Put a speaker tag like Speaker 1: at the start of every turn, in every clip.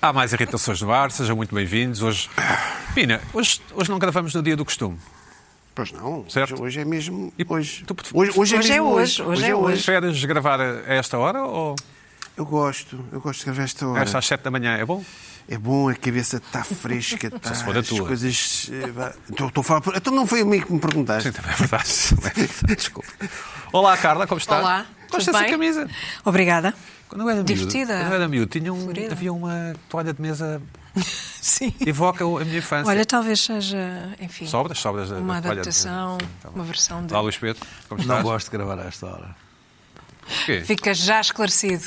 Speaker 1: Há mais irritações no ar, sejam muito bem-vindos. Hoje, Pina, hoje, hoje não gravamos no dia do costume.
Speaker 2: Pois não,
Speaker 1: Certo.
Speaker 2: hoje, hoje é mesmo.
Speaker 1: E
Speaker 2: Hoje,
Speaker 1: tu- tu-
Speaker 2: hoje, hoje é
Speaker 3: Hoje é
Speaker 2: mesmo
Speaker 3: hoje, hoje é hoje.
Speaker 1: Preferes gravar a esta hora ou
Speaker 2: Eu gosto, eu gosto de gravar esta hora.
Speaker 1: esta às 7 da manhã? É bom?
Speaker 2: É bom, a cabeça está fresca, está.
Speaker 1: se for a
Speaker 2: As
Speaker 1: é tua.
Speaker 2: coisas. eh, vá. Estou estou a falar. por- Então não foi a mim que me perguntaste.
Speaker 1: Sim, também é verdade. Também é verdade. Desculpa. Olá, Carla, como está?
Speaker 3: Olá.
Speaker 1: Gosto
Speaker 3: tudo
Speaker 1: dessa
Speaker 3: bem?
Speaker 1: camisa.
Speaker 3: Obrigada.
Speaker 1: Quando eu era
Speaker 3: Divertida.
Speaker 1: miúdo, quando eu era miúdo tinha um-
Speaker 3: Florida.
Speaker 1: havia uma toalha de mesa
Speaker 3: Sim.
Speaker 1: evoca a minha infância.
Speaker 3: Olha, talvez seja, enfim,
Speaker 1: sobras, sobras da
Speaker 3: uma
Speaker 1: da toalha de mesa.
Speaker 3: adaptação,
Speaker 1: Sim, tá bom.
Speaker 3: uma versão de.
Speaker 1: Olá, Luís Pedro, como estás?
Speaker 4: Não gosto de gravar a esta hora.
Speaker 1: Porquê?
Speaker 3: Fica já esclarecido.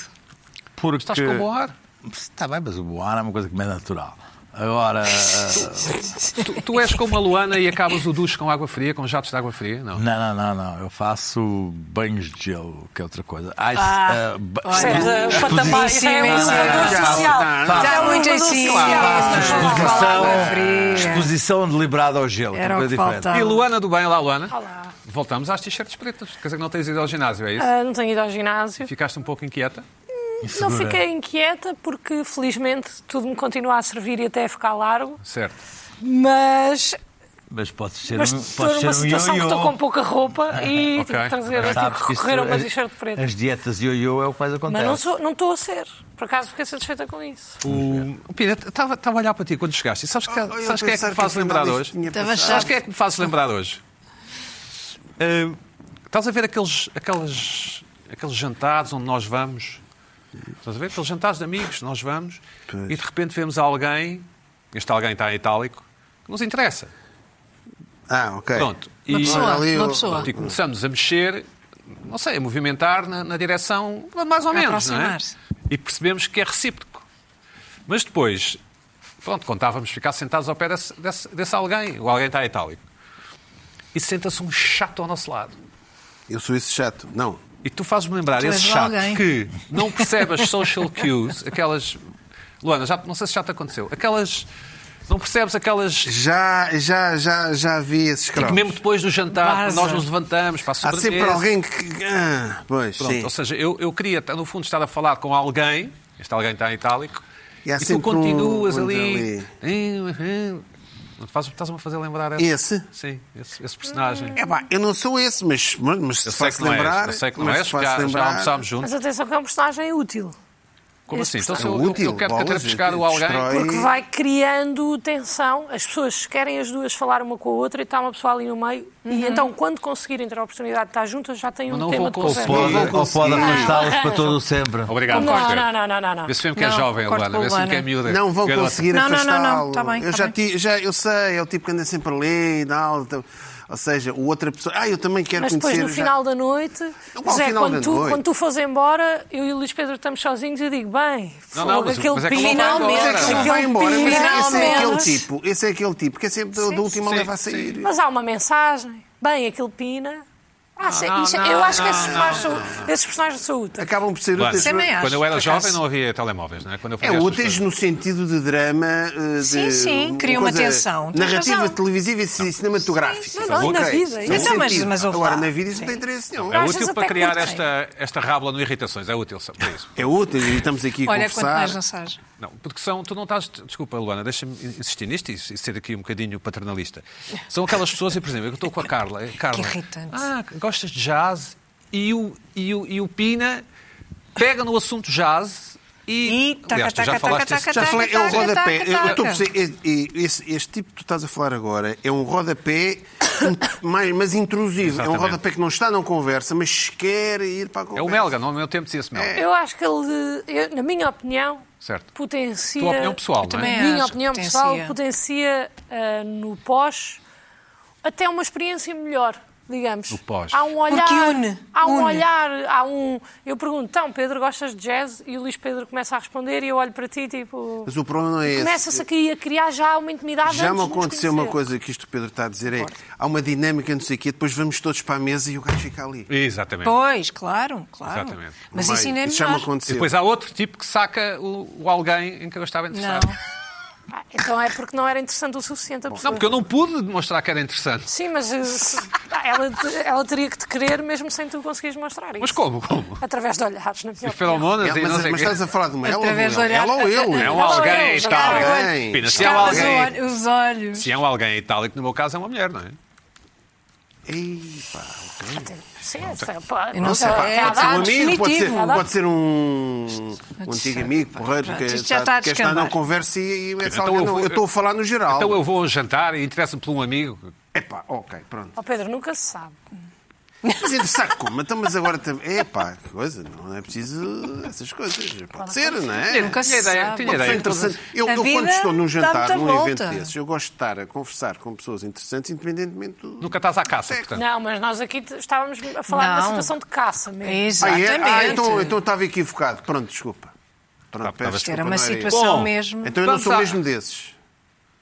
Speaker 4: Porque
Speaker 1: Estás com bom ar?
Speaker 4: Está bem, mas o bom ar é uma coisa que me é natural. Agora, eh,
Speaker 1: Tu, tu és como a Luana e acabas o duche com água fria, com jatos de água fria? Não.
Speaker 4: não, não, não, não. Eu faço banhos de gelo, que é outra coisa. Ai,
Speaker 3: Ah,
Speaker 4: eh, ba-
Speaker 3: olha,
Speaker 4: expo-
Speaker 5: É, o patamar
Speaker 4: exposi-
Speaker 5: isso é um elevador
Speaker 4: não,
Speaker 5: social.
Speaker 2: Ah, não,
Speaker 4: não.
Speaker 5: Já é
Speaker 3: Está
Speaker 5: um
Speaker 3: muito em
Speaker 5: elevador
Speaker 3: cima.
Speaker 5: social.
Speaker 4: Exposição,
Speaker 3: Água fria.
Speaker 4: exposição deliberada ao gelo. que é
Speaker 3: Era
Speaker 4: uma
Speaker 3: o que
Speaker 4: coisa diferente.
Speaker 3: faltava.
Speaker 1: E Luana do bem, olá Luana.
Speaker 5: Olá.
Speaker 1: Voltamos às t-shirts pretas. Quer dizer que não tens ido ao ginásio, é isso?
Speaker 5: Ah, não tenho ido ao ginásio.
Speaker 1: Ficaste um pouco inquieta?
Speaker 5: Não
Speaker 4: Insegura.
Speaker 5: fiquei inquieta porque, felizmente, tudo me continua a servir e até a ficar largo.
Speaker 1: Certo.
Speaker 5: Mas,
Speaker 4: Mas pode ser
Speaker 5: mas
Speaker 4: um
Speaker 5: estou
Speaker 4: pode ser
Speaker 5: numa
Speaker 4: um
Speaker 5: situação que
Speaker 4: ioiô.
Speaker 5: estou com pouca roupa e
Speaker 1: Ok.
Speaker 5: tive que trazer, tive
Speaker 4: Sabes
Speaker 5: que
Speaker 4: que isso-
Speaker 5: recorrer a uma
Speaker 4: as-
Speaker 5: t-shirt preta.
Speaker 4: As dietas ioiô é o que mais acontece.
Speaker 5: Mas não sou- não estou a ser. Por acaso fiquei satisfeita com isso.
Speaker 1: O, o Pina, estava estava a olhar para ti quando chegaste. E sabes que,
Speaker 2: Ah, Oh, Eu
Speaker 1: sabes quem é que
Speaker 2: pensar
Speaker 1: me faz
Speaker 2: afinal
Speaker 1: lembrar
Speaker 2: isto
Speaker 1: hoje?
Speaker 2: tinha
Speaker 3: Tava
Speaker 2: passado.
Speaker 3: chato.
Speaker 1: Sabes quem é que me fazes lembrar hoje?
Speaker 2: Eh,
Speaker 1: Ah, estás a ver aqueles, aquelas, aqueles jantares onde nós vamos? Estás a ver? Aqueles jantares de amigos, nós vamos
Speaker 2: Pois.
Speaker 1: e de repente vemos alguém, este alguém está em itálico, que nos interessa.
Speaker 2: Ah, ok.
Speaker 1: Pronto.
Speaker 3: Uma
Speaker 1: E-
Speaker 3: pessoa,
Speaker 2: ali
Speaker 3: uma
Speaker 2: o-
Speaker 3: pessoa.
Speaker 1: E começamos a mexer, não sei, a movimentar na, na direção mais ou
Speaker 3: A
Speaker 1: menos, não é?
Speaker 3: aproximar-se.
Speaker 1: E percebemos que é recíproco. Mas depois, pronto, contávamos ficar sentados ao pé desse, desse, desse alguém, o alguém está itálico. E senta-se um chato ao nosso lado.
Speaker 2: Eu sou esse chato. Não.
Speaker 1: E tu fazes-me lembrar
Speaker 3: Tu
Speaker 1: esse
Speaker 3: és
Speaker 1: chato
Speaker 3: alguém.
Speaker 1: que não percebe as social cues, aquelas. Luana, já, não sei se já te aconteceu, aquelas. Não percebes aquelas
Speaker 2: Já, já, já, já vi esses
Speaker 1: E É que
Speaker 2: cromos.
Speaker 1: mesmo depois do jantar,
Speaker 3: Vaza.
Speaker 1: nós nos levantamos para a
Speaker 2: Há
Speaker 1: sobremesa.
Speaker 2: sempre alguém que. Ah, pois,
Speaker 1: Pronto,
Speaker 2: sim.
Speaker 1: ou seja, eu, eu queria, no fundo, estar a falar com alguém, este alguém está em itálico,
Speaker 2: E há
Speaker 1: tu
Speaker 2: sempre
Speaker 1: continuas
Speaker 2: um- um
Speaker 1: ali.
Speaker 2: ali.
Speaker 1: Hum, hum. Não te faz- Estás-me a fazer lembrar essa-
Speaker 2: Esse?
Speaker 1: Sim, esse, esse personagem.
Speaker 2: É pá, eu não sou esse, mas, mas se
Speaker 1: Eu sei
Speaker 2: faz
Speaker 1: que não
Speaker 2: lembrar.
Speaker 1: és, eu sei que não
Speaker 2: mas
Speaker 1: és,
Speaker 2: se
Speaker 1: porque
Speaker 2: faz
Speaker 1: já, já
Speaker 2: lembrar-
Speaker 1: almoçámos juntos.
Speaker 5: Mas atenção que é um personagem útil.
Speaker 1: Como
Speaker 5: este
Speaker 1: assim? Então, se
Speaker 2: personagem-
Speaker 1: eu, eu,
Speaker 2: Útil,
Speaker 1: eu quero que eu
Speaker 2: bolas,
Speaker 1: buscar o
Speaker 2: te-
Speaker 1: alguém.
Speaker 2: destrói.
Speaker 5: Porque
Speaker 2: E-
Speaker 5: vai criando tensão, as pessoas querem as duas falar uma com a outra e está uma pessoa ali no meio. E então, quando conseguirem ter a oportunidade de estar juntas, já têm um
Speaker 1: Mas não vou
Speaker 5: tema de
Speaker 4: Ou
Speaker 1: conseguir.
Speaker 5: conversa.
Speaker 4: pode,
Speaker 2: Não
Speaker 4: ou pode
Speaker 2: consigo.
Speaker 4: afastá-los para todo o sempre.
Speaker 1: Obrigado,
Speaker 5: Não,
Speaker 1: Costa.
Speaker 5: não, não, não, não. não.
Speaker 1: Vê-se mesmo que é
Speaker 3: Não,
Speaker 1: jovem,
Speaker 3: concordo
Speaker 1: Luana.
Speaker 3: com a
Speaker 1: Vê-se mesmo
Speaker 3: Luana.
Speaker 1: que é miúda.
Speaker 2: Não vão
Speaker 1: garota.
Speaker 2: conseguir
Speaker 3: Não, não, não, não.
Speaker 2: afastá-lo.
Speaker 3: Tá bem,
Speaker 2: eu
Speaker 3: tá
Speaker 2: já,
Speaker 3: bem.
Speaker 2: ti- já eu sei, é o tipo que anda sempre ali e tal. então- Ou seja, o outra pessoa. Ah, eu também quero
Speaker 5: Mas depois,
Speaker 2: conhecer.
Speaker 5: no
Speaker 2: já-
Speaker 5: final da noite,
Speaker 2: qual
Speaker 5: Zé,
Speaker 2: final da
Speaker 5: quando, tu,
Speaker 2: noite?
Speaker 5: quando tu fores embora, eu e o Luís Pedro estamos sozinhos e digo, bem,
Speaker 1: Não,
Speaker 5: fogo,
Speaker 1: não, mas-
Speaker 5: aquele
Speaker 1: mas é que
Speaker 5: pingo,
Speaker 1: ele vai
Speaker 2: Mas é
Speaker 1: embora.
Speaker 2: que ele
Speaker 1: Aquele
Speaker 2: vai embora. Mas é- esse é aquele
Speaker 5: Finalmente.
Speaker 2: tipo. Esse é aquele tipo que é sempre do, do último
Speaker 1: sim,
Speaker 2: leva a
Speaker 1: sim.
Speaker 2: sair.
Speaker 5: Mas há uma mensagem, bem, aquele pina. Ah, se-
Speaker 1: não,
Speaker 5: isso-
Speaker 1: não,
Speaker 5: eu acho
Speaker 1: não,
Speaker 5: que esses
Speaker 1: não,
Speaker 5: personagens, são, esses personagens são úteis.
Speaker 2: Acabam por ser
Speaker 1: Luana,
Speaker 2: úteis.
Speaker 3: Também acho,
Speaker 1: Quando eu era
Speaker 3: por
Speaker 1: jovem
Speaker 3: acaso.
Speaker 1: não havia telemóveis, não é? Quando eu
Speaker 2: É
Speaker 1: fazia estas
Speaker 2: úteis
Speaker 1: coisas.
Speaker 2: no sentido de drama. eh, De
Speaker 3: Sim, sim, cria uma tensão. Tens
Speaker 2: Narrativa
Speaker 3: razão.
Speaker 2: televisiva e ci- cinematográfica.
Speaker 5: Não, não, e na
Speaker 2: Ok.
Speaker 5: vida,
Speaker 2: Nesse
Speaker 3: Então, mas-
Speaker 2: sentido.
Speaker 3: mas ouve
Speaker 2: Agora,
Speaker 3: lá.
Speaker 2: na vida isso
Speaker 3: Sim.
Speaker 2: não tem interesse nenhum.
Speaker 1: É
Speaker 5: Às
Speaker 1: útil
Speaker 5: vezes
Speaker 1: para
Speaker 5: até
Speaker 1: criar
Speaker 5: curtem.
Speaker 1: esta, esta rábula no Irritações. É útil só para isso.
Speaker 2: É útil e estamos aqui a
Speaker 3: Olha, quanto
Speaker 2: conversar.
Speaker 3: mais não seja.
Speaker 1: Não, porque são, tu não estás. Desculpa, Luana, deixa-me insistir nisto e e ser aqui um bocadinho paternalista. São aquelas pessoas, e por exemplo, eu estou com a Carla. eh, Carla
Speaker 3: irritante.
Speaker 1: Ah, gostas de jazz e o, e o, e o Pina pega no assunto jazz e.
Speaker 3: E taca,
Speaker 1: Aliás, tu
Speaker 3: taca,
Speaker 1: já
Speaker 3: taca,
Speaker 1: falaste
Speaker 3: taca,
Speaker 1: isso.
Speaker 2: Já falei, é um
Speaker 3: Taca, taca,
Speaker 2: rodapé.
Speaker 3: taca,
Speaker 2: Eu
Speaker 3: taca.
Speaker 2: estou a perceber, é, e- e Este, este tipo que tu estás a falar agora é um rodapé mais, mas intrusivo. É
Speaker 1: Exatamente.
Speaker 2: um rodapé que não está, não conversa, mas quer ir para a
Speaker 1: É
Speaker 2: conversa.
Speaker 1: o Melga, não é o meu tempo dizia-se Melga.
Speaker 5: Eu acho que ele, eu- na minha opinião,
Speaker 1: Certo.
Speaker 5: potencia.
Speaker 1: Tua opinião pessoal, não
Speaker 3: também
Speaker 1: é?
Speaker 3: acho.
Speaker 5: minha opinião
Speaker 3: potencia.
Speaker 5: pessoal, potencia ah, no pós até uma experiência melhor, digamos.
Speaker 1: No pós.
Speaker 5: Há um olhar.
Speaker 3: Porque une,
Speaker 5: Há um
Speaker 3: une.
Speaker 5: olhar, há um. Eu pergunto, então, Pedro, gostas de jazz? E o Luís Pedro começa a responder e eu olho para ti, tipo.
Speaker 2: Mas o problema não é esse.
Speaker 5: Começa-se aqui a criar já uma intimidade.
Speaker 2: Já me
Speaker 5: antes de nos
Speaker 2: aconteceu uma
Speaker 5: conhecer.
Speaker 2: coisa que isto o Pedro está a dizer: é há uma dinâmica, não sei o quê, depois vamos todos para a mesa e o gajo fica ali.
Speaker 1: Exatamente.
Speaker 3: Pois, claro, claro.
Speaker 1: Exatamente.
Speaker 3: Mas
Speaker 2: No
Speaker 3: isso
Speaker 2: meio.
Speaker 3: ainda é
Speaker 2: já me
Speaker 3: melhor.
Speaker 1: E
Speaker 2: aconteceu.
Speaker 1: depois há outro tipo que saca o, o alguém em que eu estava
Speaker 3: Não.
Speaker 1: interessado.
Speaker 5: Ah, Então é porque não era interessante o suficiente a
Speaker 1: Não,
Speaker 5: pessoa.
Speaker 1: porque eu não pude demonstrar que era interessante.
Speaker 5: Sim, mas eh, se- ah, ela, te- ela teria que te querer mesmo sem tu conseguires mostrar isso.
Speaker 1: Mas como? Como?
Speaker 5: Através de olhares, na minha
Speaker 1: Os
Speaker 5: opinião.
Speaker 1: feromonas e
Speaker 2: É, Mas,
Speaker 1: não
Speaker 2: mas
Speaker 1: sei o quê.
Speaker 2: estás a falar de uma ela ou
Speaker 3: Através
Speaker 2: de um
Speaker 3: de
Speaker 2: ele? Ela ou eu?
Speaker 1: É um
Speaker 5: Não,
Speaker 1: alguém
Speaker 5: eu,
Speaker 1: itálico.
Speaker 2: alguém.
Speaker 1: Pina, se é um
Speaker 3: Estava os
Speaker 1: alguém...
Speaker 3: olhos- Os olhos.
Speaker 1: Se é um alguém itálico, no meu caso, é uma mulher, não é?
Speaker 2: Ei, pá, ok.
Speaker 5: Sim, sei, pá,
Speaker 3: Eu não sei, pá,
Speaker 5: é a
Speaker 3: pode ser um
Speaker 5: idade,
Speaker 2: Um amigo, pode ser,
Speaker 3: definitivo.
Speaker 2: pode ser um, um antigo amigo, porreiro,
Speaker 3: é Pronto,
Speaker 2: que
Speaker 3: isto já
Speaker 2: está,
Speaker 3: está a
Speaker 2: que está na
Speaker 3: descambar.
Speaker 2: conversa e, e essa
Speaker 1: Então
Speaker 2: alguém
Speaker 1: eu
Speaker 2: não-
Speaker 1: vou-
Speaker 2: eu estou a falar no geral.
Speaker 1: Então eu vou a um jantar e interessa-me por um amigo.
Speaker 2: Epá, ok, pronto.
Speaker 5: Ó Pedro, nunca se sabe.
Speaker 2: Mas interessar como? Então, mas agora também. Epá, que coisa, não é preciso essas coisas. Pode ser, não é?
Speaker 3: Nunca se
Speaker 1: Tinha ideia,
Speaker 3: sabe.
Speaker 1: tinha
Speaker 2: Pode ser
Speaker 1: ideia.
Speaker 2: interessante. Eu,
Speaker 3: A
Speaker 2: eu quando
Speaker 3: vida
Speaker 2: estou num
Speaker 3: dá
Speaker 2: jantar,
Speaker 3: muita
Speaker 2: num
Speaker 3: volta.
Speaker 2: evento desses, eu gosto de estar a conversar com pessoas interessantes, independentemente do.
Speaker 1: Nunca estás à caça,
Speaker 2: Sim.
Speaker 1: portanto.
Speaker 5: Não, mas nós aqui t- estávamos a falar de uma
Speaker 3: Não.
Speaker 5: situação de caça mesmo.
Speaker 2: Ah,
Speaker 3: Exatamente.
Speaker 2: é? Ah, então, então estava equivocado. Pronto, desculpa. Pronto,
Speaker 1: Tá, estava-
Speaker 2: peço
Speaker 3: Isto
Speaker 2: desculpa,
Speaker 3: era uma
Speaker 2: não é isso.
Speaker 3: situação
Speaker 1: Bom,
Speaker 3: mesmo.
Speaker 2: Então eu não
Speaker 1: Vamos
Speaker 2: sou
Speaker 1: à-
Speaker 2: mesmo desses.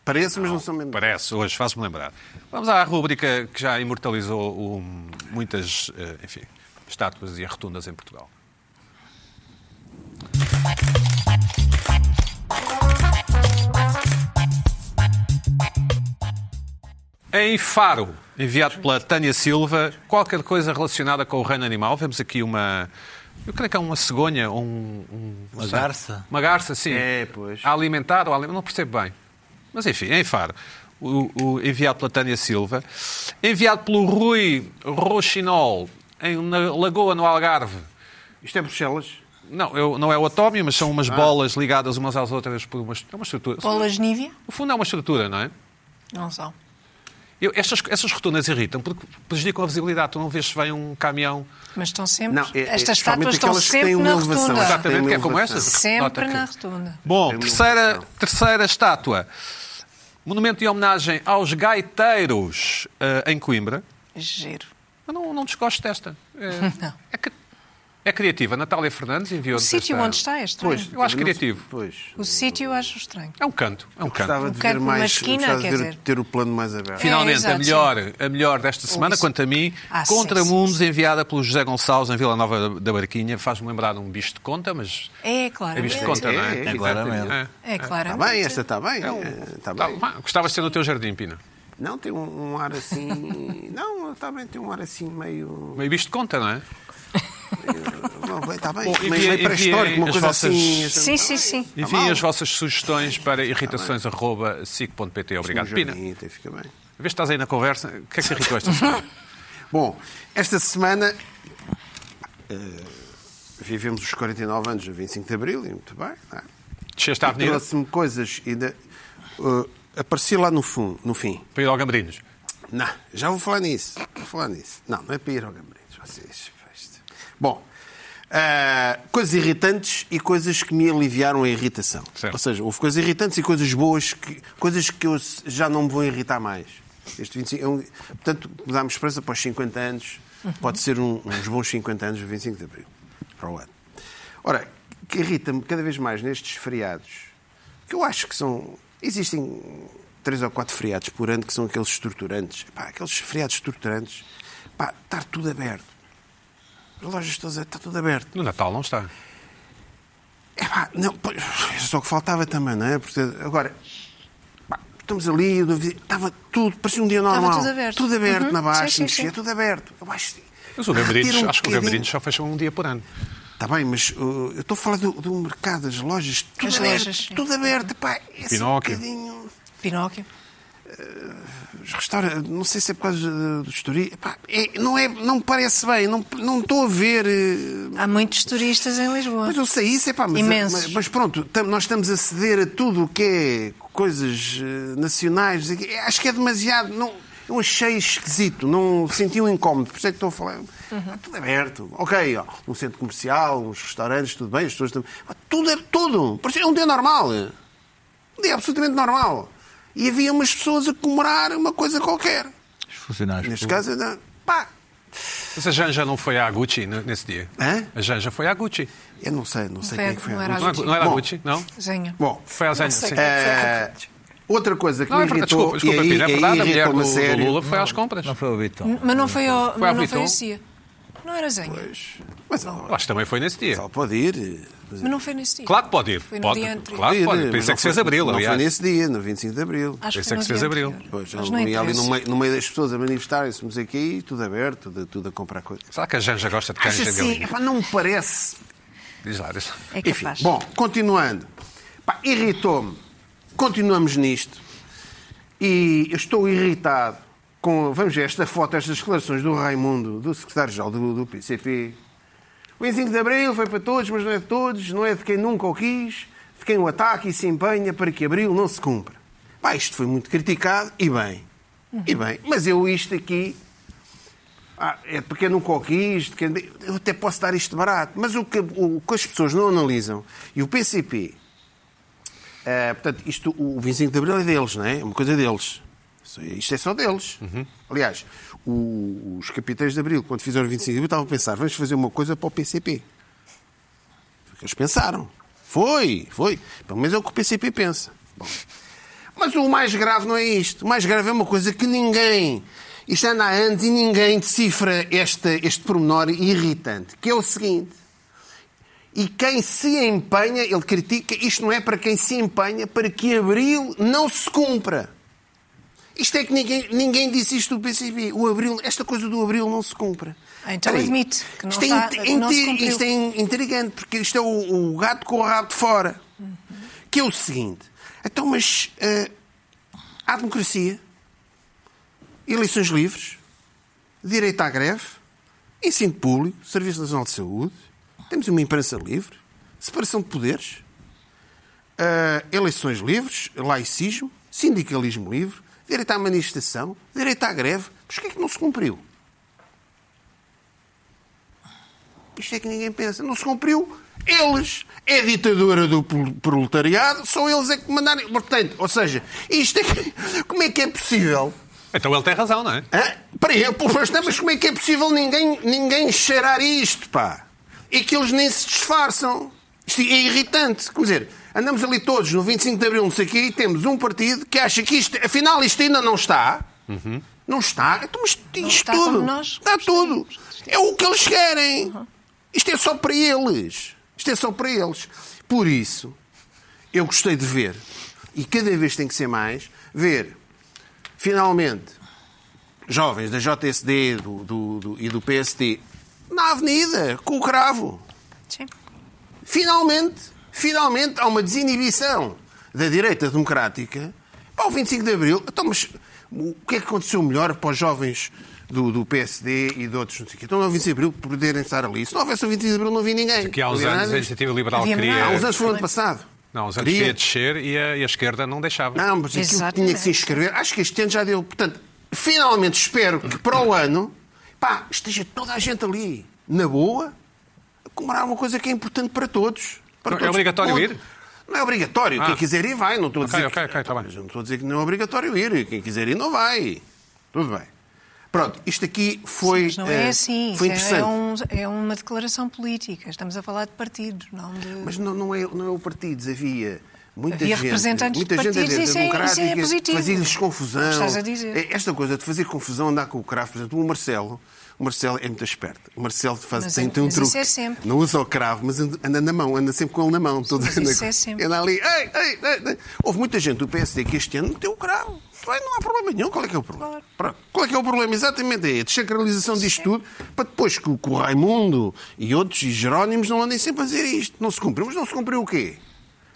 Speaker 2: Pareço, mas não sou mesmo.
Speaker 1: Parece, hoje faz-me lembrar. Vamos à rúbrica que já imortalizou o- muitas eh, enfim, estátuas e rotundas em Portugal. Em Faro, enviado pela Tânia Silva, qualquer coisa relacionada com o reino animal. Vemos aqui uma. Eu creio que é uma cegonha, um. um-
Speaker 4: Uma garça.
Speaker 1: Uma garça, sim.
Speaker 2: É, pois.
Speaker 1: A alimentar ou a alim- Não percebo bem. Mas enfim, é em Faro. O, o enviado pela Tânia Silva. Enviado pelo Rui Rochinol, em, na Lagoa, no Algarve.
Speaker 2: Isto é Bruxelas.
Speaker 1: Não, eu- não é o atómio, mas são
Speaker 2: Ah.
Speaker 1: umas bolas ligadas umas às outras por uma, é uma estrutura.
Speaker 3: Bolas Nívia?
Speaker 1: No fundo é uma estrutura, não é?
Speaker 3: Não são.
Speaker 1: Eu- estas, essas rotundas irritam porque prejudicam a visibilidade. Tu não vês se vem um caminhão.
Speaker 3: Mas estão sempre.
Speaker 2: Não, é- é-
Speaker 3: Estas
Speaker 2: principalmente
Speaker 3: estátuas estão
Speaker 2: aquelas que têm
Speaker 3: sempre
Speaker 2: uma
Speaker 3: na
Speaker 2: elevação.
Speaker 3: rotunda.
Speaker 2: Exato.
Speaker 1: Exatamente,
Speaker 2: Tem
Speaker 1: que é como
Speaker 2: elevação.
Speaker 1: essas. Nota
Speaker 3: Sempre
Speaker 1: que-
Speaker 3: na rotunda.
Speaker 1: Bom,
Speaker 2: Tem
Speaker 1: terceira,
Speaker 2: elevação.
Speaker 1: terceira estátua. Monumento em homenagem aos gaiteiros eh, em Coimbra.
Speaker 3: Giro.
Speaker 1: Eu não, não desgosto desta. É,
Speaker 3: Não.
Speaker 1: é, cri- é criativa. Natália Fernandes enviou
Speaker 3: O sítio onde está é estranho.
Speaker 2: Pois.
Speaker 1: Eu acho
Speaker 2: não-
Speaker 1: criativo.
Speaker 2: Pois.
Speaker 3: O sítio eu acho estranho.
Speaker 1: É um canto. É um canto.
Speaker 2: Gostava
Speaker 3: Um
Speaker 2: de ver
Speaker 3: canto, uma
Speaker 2: mais.
Speaker 3: esquina,
Speaker 2: Gostava de
Speaker 3: quer
Speaker 2: ver,
Speaker 3: dizer.
Speaker 2: ter o plano mais aberto.
Speaker 3: É.
Speaker 1: Finalmente,
Speaker 3: exato,
Speaker 1: a, melhor, a melhor desta semana,
Speaker 3: isso.
Speaker 1: quanto a mim,
Speaker 3: Ah, sim,
Speaker 1: Contra
Speaker 3: sim,
Speaker 1: Mundos, enviada pelo José Gonçalves em Vila Nova da Barquinha. Faz-me lembrar um bicho de conta, mas
Speaker 3: É,
Speaker 1: é bicho de
Speaker 3: claramente.
Speaker 1: conta, não é?
Speaker 2: É, é,
Speaker 1: Exato.
Speaker 4: claramente.
Speaker 1: É.
Speaker 3: É,
Speaker 2: Está
Speaker 3: claramente.
Speaker 2: Ah, tá bem, esta está bem. eh, Está
Speaker 1: Tá
Speaker 2: bem.
Speaker 1: bem. Gostavas de ser no teu jardim, Pina.
Speaker 2: Não, tem um, um ar assim. não, está bem, tem um ar assim meio.
Speaker 1: Meio bicho de conta, não é?
Speaker 2: não, Está bem,
Speaker 1: Bom,
Speaker 2: meio,
Speaker 1: envia-
Speaker 2: meio pré-histórico, uma
Speaker 1: enviem
Speaker 2: coisa
Speaker 1: as vossas-
Speaker 2: assim.
Speaker 3: Sim, sim, sim.
Speaker 1: Enviem as vossas sugestões para irritações.sic.pt. Obrigado, Pina.
Speaker 2: um Jardim, até fica bem.
Speaker 1: Vês que estás aí na conversa. O que é que te irritou esta semana?
Speaker 2: Bom, esta semana eh, vivemos os 49 anos do 25 de Abril, e muito bem. não é?
Speaker 1: Desceste à avenida
Speaker 2: Trouxe-me coisas e ainda. eh, apareci lá no, fun, no fim.
Speaker 1: para ir ao Gambrinos.
Speaker 2: Não, já vou falar nisso. Vou falar nisso. Não, não é para ir ao gabinete. Vocês. isto. Bom, ah, coisas irritantes e coisas que me aliviaram a irritação.
Speaker 1: Certo.
Speaker 2: Ou seja, houve coisas irritantes e coisas boas, que, coisas que eu se- já não me vou irritar mais. Este 25, é um- portanto, dá-me esperança para os 50 anos. Pode ser um- uns bons 50 anos do 25 de Abril para o ano. Ora, que irrita-me cada vez mais nestes feriados, que eu acho que são. Existem três ou quatro feriados por ano que são aqueles estruturantes. Pá, aqueles feriados estruturantes. Pá, estar tudo aberto. As lojas todas, está tudo aberto.
Speaker 1: No Natal não está.
Speaker 2: Epá, não, pois, era só o que faltava também, não é? Porque, agora, pá, estamos ali, eu não vi- estava tudo, parecia um dia normal.
Speaker 3: tudo aberto.
Speaker 2: Tudo aberto
Speaker 3: Uhum.
Speaker 2: na
Speaker 3: Sim, sim,
Speaker 2: Baixa,
Speaker 3: sim.
Speaker 2: mexia, tudo aberto. Eu acho,
Speaker 1: Mas o Gambrinos,
Speaker 2: um
Speaker 1: acho que o Gambrinos só fecha um dia por ano.
Speaker 2: Está bem, mas uh, eu estou a falar do, do mercado, das lojas, tudo
Speaker 3: As
Speaker 2: aberto,
Speaker 3: lojas, sim.
Speaker 2: tudo aberto, pá, é assim um
Speaker 1: Pinóquio.
Speaker 2: bocadinho...
Speaker 3: Pinóquio.
Speaker 2: Os restaurantes, não sei se é por causa do, do histori- pá, é, não é, não me parece bem, não não estou a ver... eh,
Speaker 3: Há muitos turistas em Lisboa.
Speaker 2: Mas eu sei isso, é pá, mas,
Speaker 3: Imensos.
Speaker 2: mas, mas pronto, tam- nós estamos a ceder a tudo o que é coisas eh, nacionais. não sei o quê. Acho que é demasiado. Não, eu achei esquisito, não senti um incómodo, por isso é que estou a falar.
Speaker 3: Uhum.
Speaker 2: Ah, tudo aberto, ok, ó, um centro comercial, uns restaurantes, tudo bem, as pessoas estão. Ah, Tudo é tudo, por isso é um dia normal. Um dia absolutamente normal. E havia umas pessoas a comemorar uma coisa qualquer.
Speaker 4: Os funcionários.
Speaker 1: Uhum.
Speaker 2: Neste
Speaker 4: públicos.
Speaker 2: caso, não. pá,
Speaker 1: Mas a Janja não foi à Gucci n- nesse dia?
Speaker 2: Hã?
Speaker 1: A Janja foi à Gucci.
Speaker 2: eu não sei, não sei
Speaker 3: foi-
Speaker 2: quem é que foi.
Speaker 3: não
Speaker 2: a
Speaker 3: era
Speaker 1: Não,
Speaker 2: notícia.
Speaker 1: é- não era à
Speaker 2: Bom.
Speaker 1: Gucci, não?
Speaker 3: Zenha.
Speaker 2: Bom,
Speaker 1: Foi à Janja,
Speaker 5: sei
Speaker 1: sim.
Speaker 5: quem foi.
Speaker 2: Eh, Outra coisa que
Speaker 1: Não,
Speaker 2: me
Speaker 1: é verdade,
Speaker 2: irritou,
Speaker 1: desculpa, desculpa,
Speaker 2: e
Speaker 1: Pina, é
Speaker 2: aí,
Speaker 1: verdade, a
Speaker 2: aí
Speaker 1: mulher do,
Speaker 2: irritou-me a
Speaker 1: do
Speaker 2: sério.
Speaker 1: Lula foi às compras.
Speaker 4: Não foi o Vitor.
Speaker 3: Mas não foi ao,
Speaker 1: Foi à
Speaker 3: mas não foi ao
Speaker 1: Vuitton?
Speaker 3: CIA. não era zenha.
Speaker 2: Pois. Mas
Speaker 1: Eu
Speaker 2: ela,
Speaker 1: Acho que também foi nesse dia.
Speaker 2: ela pode ir. Mas
Speaker 3: Mas não foi nesse dia.
Speaker 1: Claro que pode ir.
Speaker 3: Foi no
Speaker 1: Pode,
Speaker 3: dia anterior.
Speaker 1: claro que pode ir.
Speaker 2: mas
Speaker 1: Por isso é
Speaker 2: não
Speaker 1: que
Speaker 2: foi-
Speaker 1: fez abril,
Speaker 2: não
Speaker 1: aliás.
Speaker 2: Foi nesse dia, no 25 de abril.
Speaker 3: Acho
Speaker 1: Esse
Speaker 3: que
Speaker 1: é que
Speaker 3: foi no
Speaker 1: se fez
Speaker 3: dia
Speaker 1: abril.
Speaker 3: anterior.
Speaker 2: Pois,
Speaker 3: Mas não
Speaker 2: ali, ali
Speaker 3: interessa.
Speaker 2: no, meio, no meio das pessoas a manifestarem-se, não sei o quê, tudo aberto, tudo, tudo a comprar coisas.
Speaker 1: Será que a Janja gosta de cães
Speaker 2: Acho
Speaker 1: de
Speaker 2: assim,
Speaker 1: galinha?
Speaker 2: epá, não me parece.
Speaker 1: Diz lá, diz lá.
Speaker 3: É
Speaker 2: Enfim,
Speaker 3: capaz.
Speaker 2: bom, continuando. Pá, irritou-me. Continuamos nisto. E eu estou irritado com, vamos ver, esta foto, estas declarações do Raimundo, do secretário-geral do, do PCP. O 25 de Abril foi para todos, mas não é de todos, não é de quem nunca o quis, de quem o ataca e se empenha para que Abril não se cumpra. Pá, isto foi muito criticado, e bem. E bem, mas eu isto aqui ah, é porque eu nunca o quis, de quem- eu até posso dar isto barato. Mas o que, o que as pessoas não analisam, e o PCP, eh, portanto, isto, o 25 de Abril é deles, não é? É uma coisa deles. Isso- Isto é só deles. Aliás, o- os capitães de Abril, quando fizeram o 25 de Abril, estavam a pensar, vamos fazer uma coisa para o PCP. Foi o que eles pensaram. Foi, foi. Pelo menos é o que o PCP pensa. Bom. Mas o mais grave não é isto. O mais grave é uma coisa que ninguém. Isto anda há anos e ninguém decifra este, este pormenor irritante, que é o seguinte. E quem se empenha, ele critica, isto não é para quem se empenha para que Abril não se cumpra. Isto é que ninguém, ninguém disse isto do PCB. O Abril, esta coisa do Abril não se cumpra.
Speaker 3: Ah, então
Speaker 2: Peraí.
Speaker 3: admite que não
Speaker 2: isto, é
Speaker 3: está-
Speaker 2: inte-
Speaker 3: que não se
Speaker 2: inte-
Speaker 3: cumpriu.
Speaker 2: isto é in- intrigante, porque isto é o, o gato com o rabo de fora.
Speaker 3: Uhum.
Speaker 2: Que é o seguinte. Então, mas ah, há democracia, eleições livres, direito à greve, ensino público, Serviço Nacional de Saúde, temos uma imprensa livre, separação de poderes, ah, eleições livres, laicismo, sindicalismo livre, direito à manifestação, direito à greve. Mas porquê é que não se cumpriu? Isto é que ninguém pensa. Não se cumpriu. Eles. É a ditadura do pol- proletariado. Só eles é que mandaram. Portanto, ou seja, isto é que... Como é que é possível?
Speaker 1: Então ele tem razão, não é?
Speaker 2: Hã? Para eu, pô, mas não, mas como é que é possível ninguém, ninguém cheirar isto, pá? E que eles nem se disfarçam. Isto é irritante. Quer dizer, andamos ali todos no 25 de Abril, não sei o quê, e temos um partido que acha que isto, afinal, isto ainda não está. Não está. Então, mas isto
Speaker 3: está
Speaker 2: tudo.
Speaker 3: como nós Uhum.
Speaker 2: está tudo. É o que eles querem. Isto é só para eles. Isto é só para eles. Por isso, eu gostei de ver, e cada vez tem que ser mais, ver, finalmente, jovens da JSD do- do- do- e do PSD na avenida, com o cravo.
Speaker 3: Sim.
Speaker 2: Finalmente, finalmente há uma desinibição da direita democrática para o 25 de Abril. Então, mas o que é que aconteceu melhor para os jovens do, do PSD e de outros? Não sei o quê? Então, no 25 de Abril, poderem estar ali. Se não houvesse o 25 de Abril, não havia ninguém.
Speaker 1: Que há uns
Speaker 2: Não havia
Speaker 1: anos a
Speaker 2: nada.
Speaker 1: iniciativa liberal
Speaker 3: Havia
Speaker 1: queria.
Speaker 3: mais.
Speaker 2: Há uns anos foi o ano passado.
Speaker 1: Não, há uns anos
Speaker 2: Queria.
Speaker 1: queria descer e a, e a esquerda não deixava.
Speaker 2: Não, mas aquilo
Speaker 3: Exatamente.
Speaker 2: tinha que se inscrever. Acho que este ano já deu. Portanto, finalmente espero que para o ano pá, esteja toda a gente ali, na boa, a comemorar uma coisa que é importante para todos. Para
Speaker 1: Não, é
Speaker 2: todos.
Speaker 1: obrigatório
Speaker 2: Ponto.
Speaker 1: ir?
Speaker 2: Não é obrigatório.
Speaker 1: Ah.
Speaker 2: Quem quiser ir, vai. Não estou a
Speaker 1: Ok,
Speaker 2: dizer
Speaker 1: ok, ok, tá bem.
Speaker 2: Mas eu não estou a dizer que não é obrigatório ir. Quem quiser ir, não vai. Tudo bem. Pronto, isto aqui foi.
Speaker 3: Mas não
Speaker 2: eh,
Speaker 3: é assim.
Speaker 2: Foi
Speaker 3: Isso
Speaker 2: interessante.
Speaker 3: é, um- é uma declaração política. Estamos a falar de partidos, não de.
Speaker 2: Mas não, não é, não é o partido, havia muita
Speaker 3: Havia
Speaker 2: gente,
Speaker 3: representantes de
Speaker 2: muita gente
Speaker 3: partidos,
Speaker 2: da
Speaker 3: isso é- isso é
Speaker 2: democrática,
Speaker 3: positivo.
Speaker 2: fazia-lhes confusão.
Speaker 3: Estás a dizer.
Speaker 2: É Esta coisa de fazer confusão, andar com o cravo, por exemplo, o Marcelo, o Marcelo é muito esperto. O Marcelo faz,
Speaker 3: Mas
Speaker 2: tem,
Speaker 3: é-
Speaker 2: tem um
Speaker 3: mas
Speaker 2: truque.
Speaker 3: isso é sempre.
Speaker 2: Não usa o cravo, mas anda anda na mão, anda sempre com ele na mão. Todo
Speaker 3: Mas
Speaker 2: anda-
Speaker 3: isso é sempre.
Speaker 2: Anda ali, ei, ei, ei, ei. Houve muita gente do PSD que este ano meteu o cravo. Bem, Não há problema nenhum. Qual é que é o problema? Pronto. Qual é que é o problema? Exatamente é a desacralização disto tudo, para depois que o que o Raimundo e outros e Jerónimos não andem sempre a fazer isto. Não se cumpriu. Mas não se cumpriu o quê?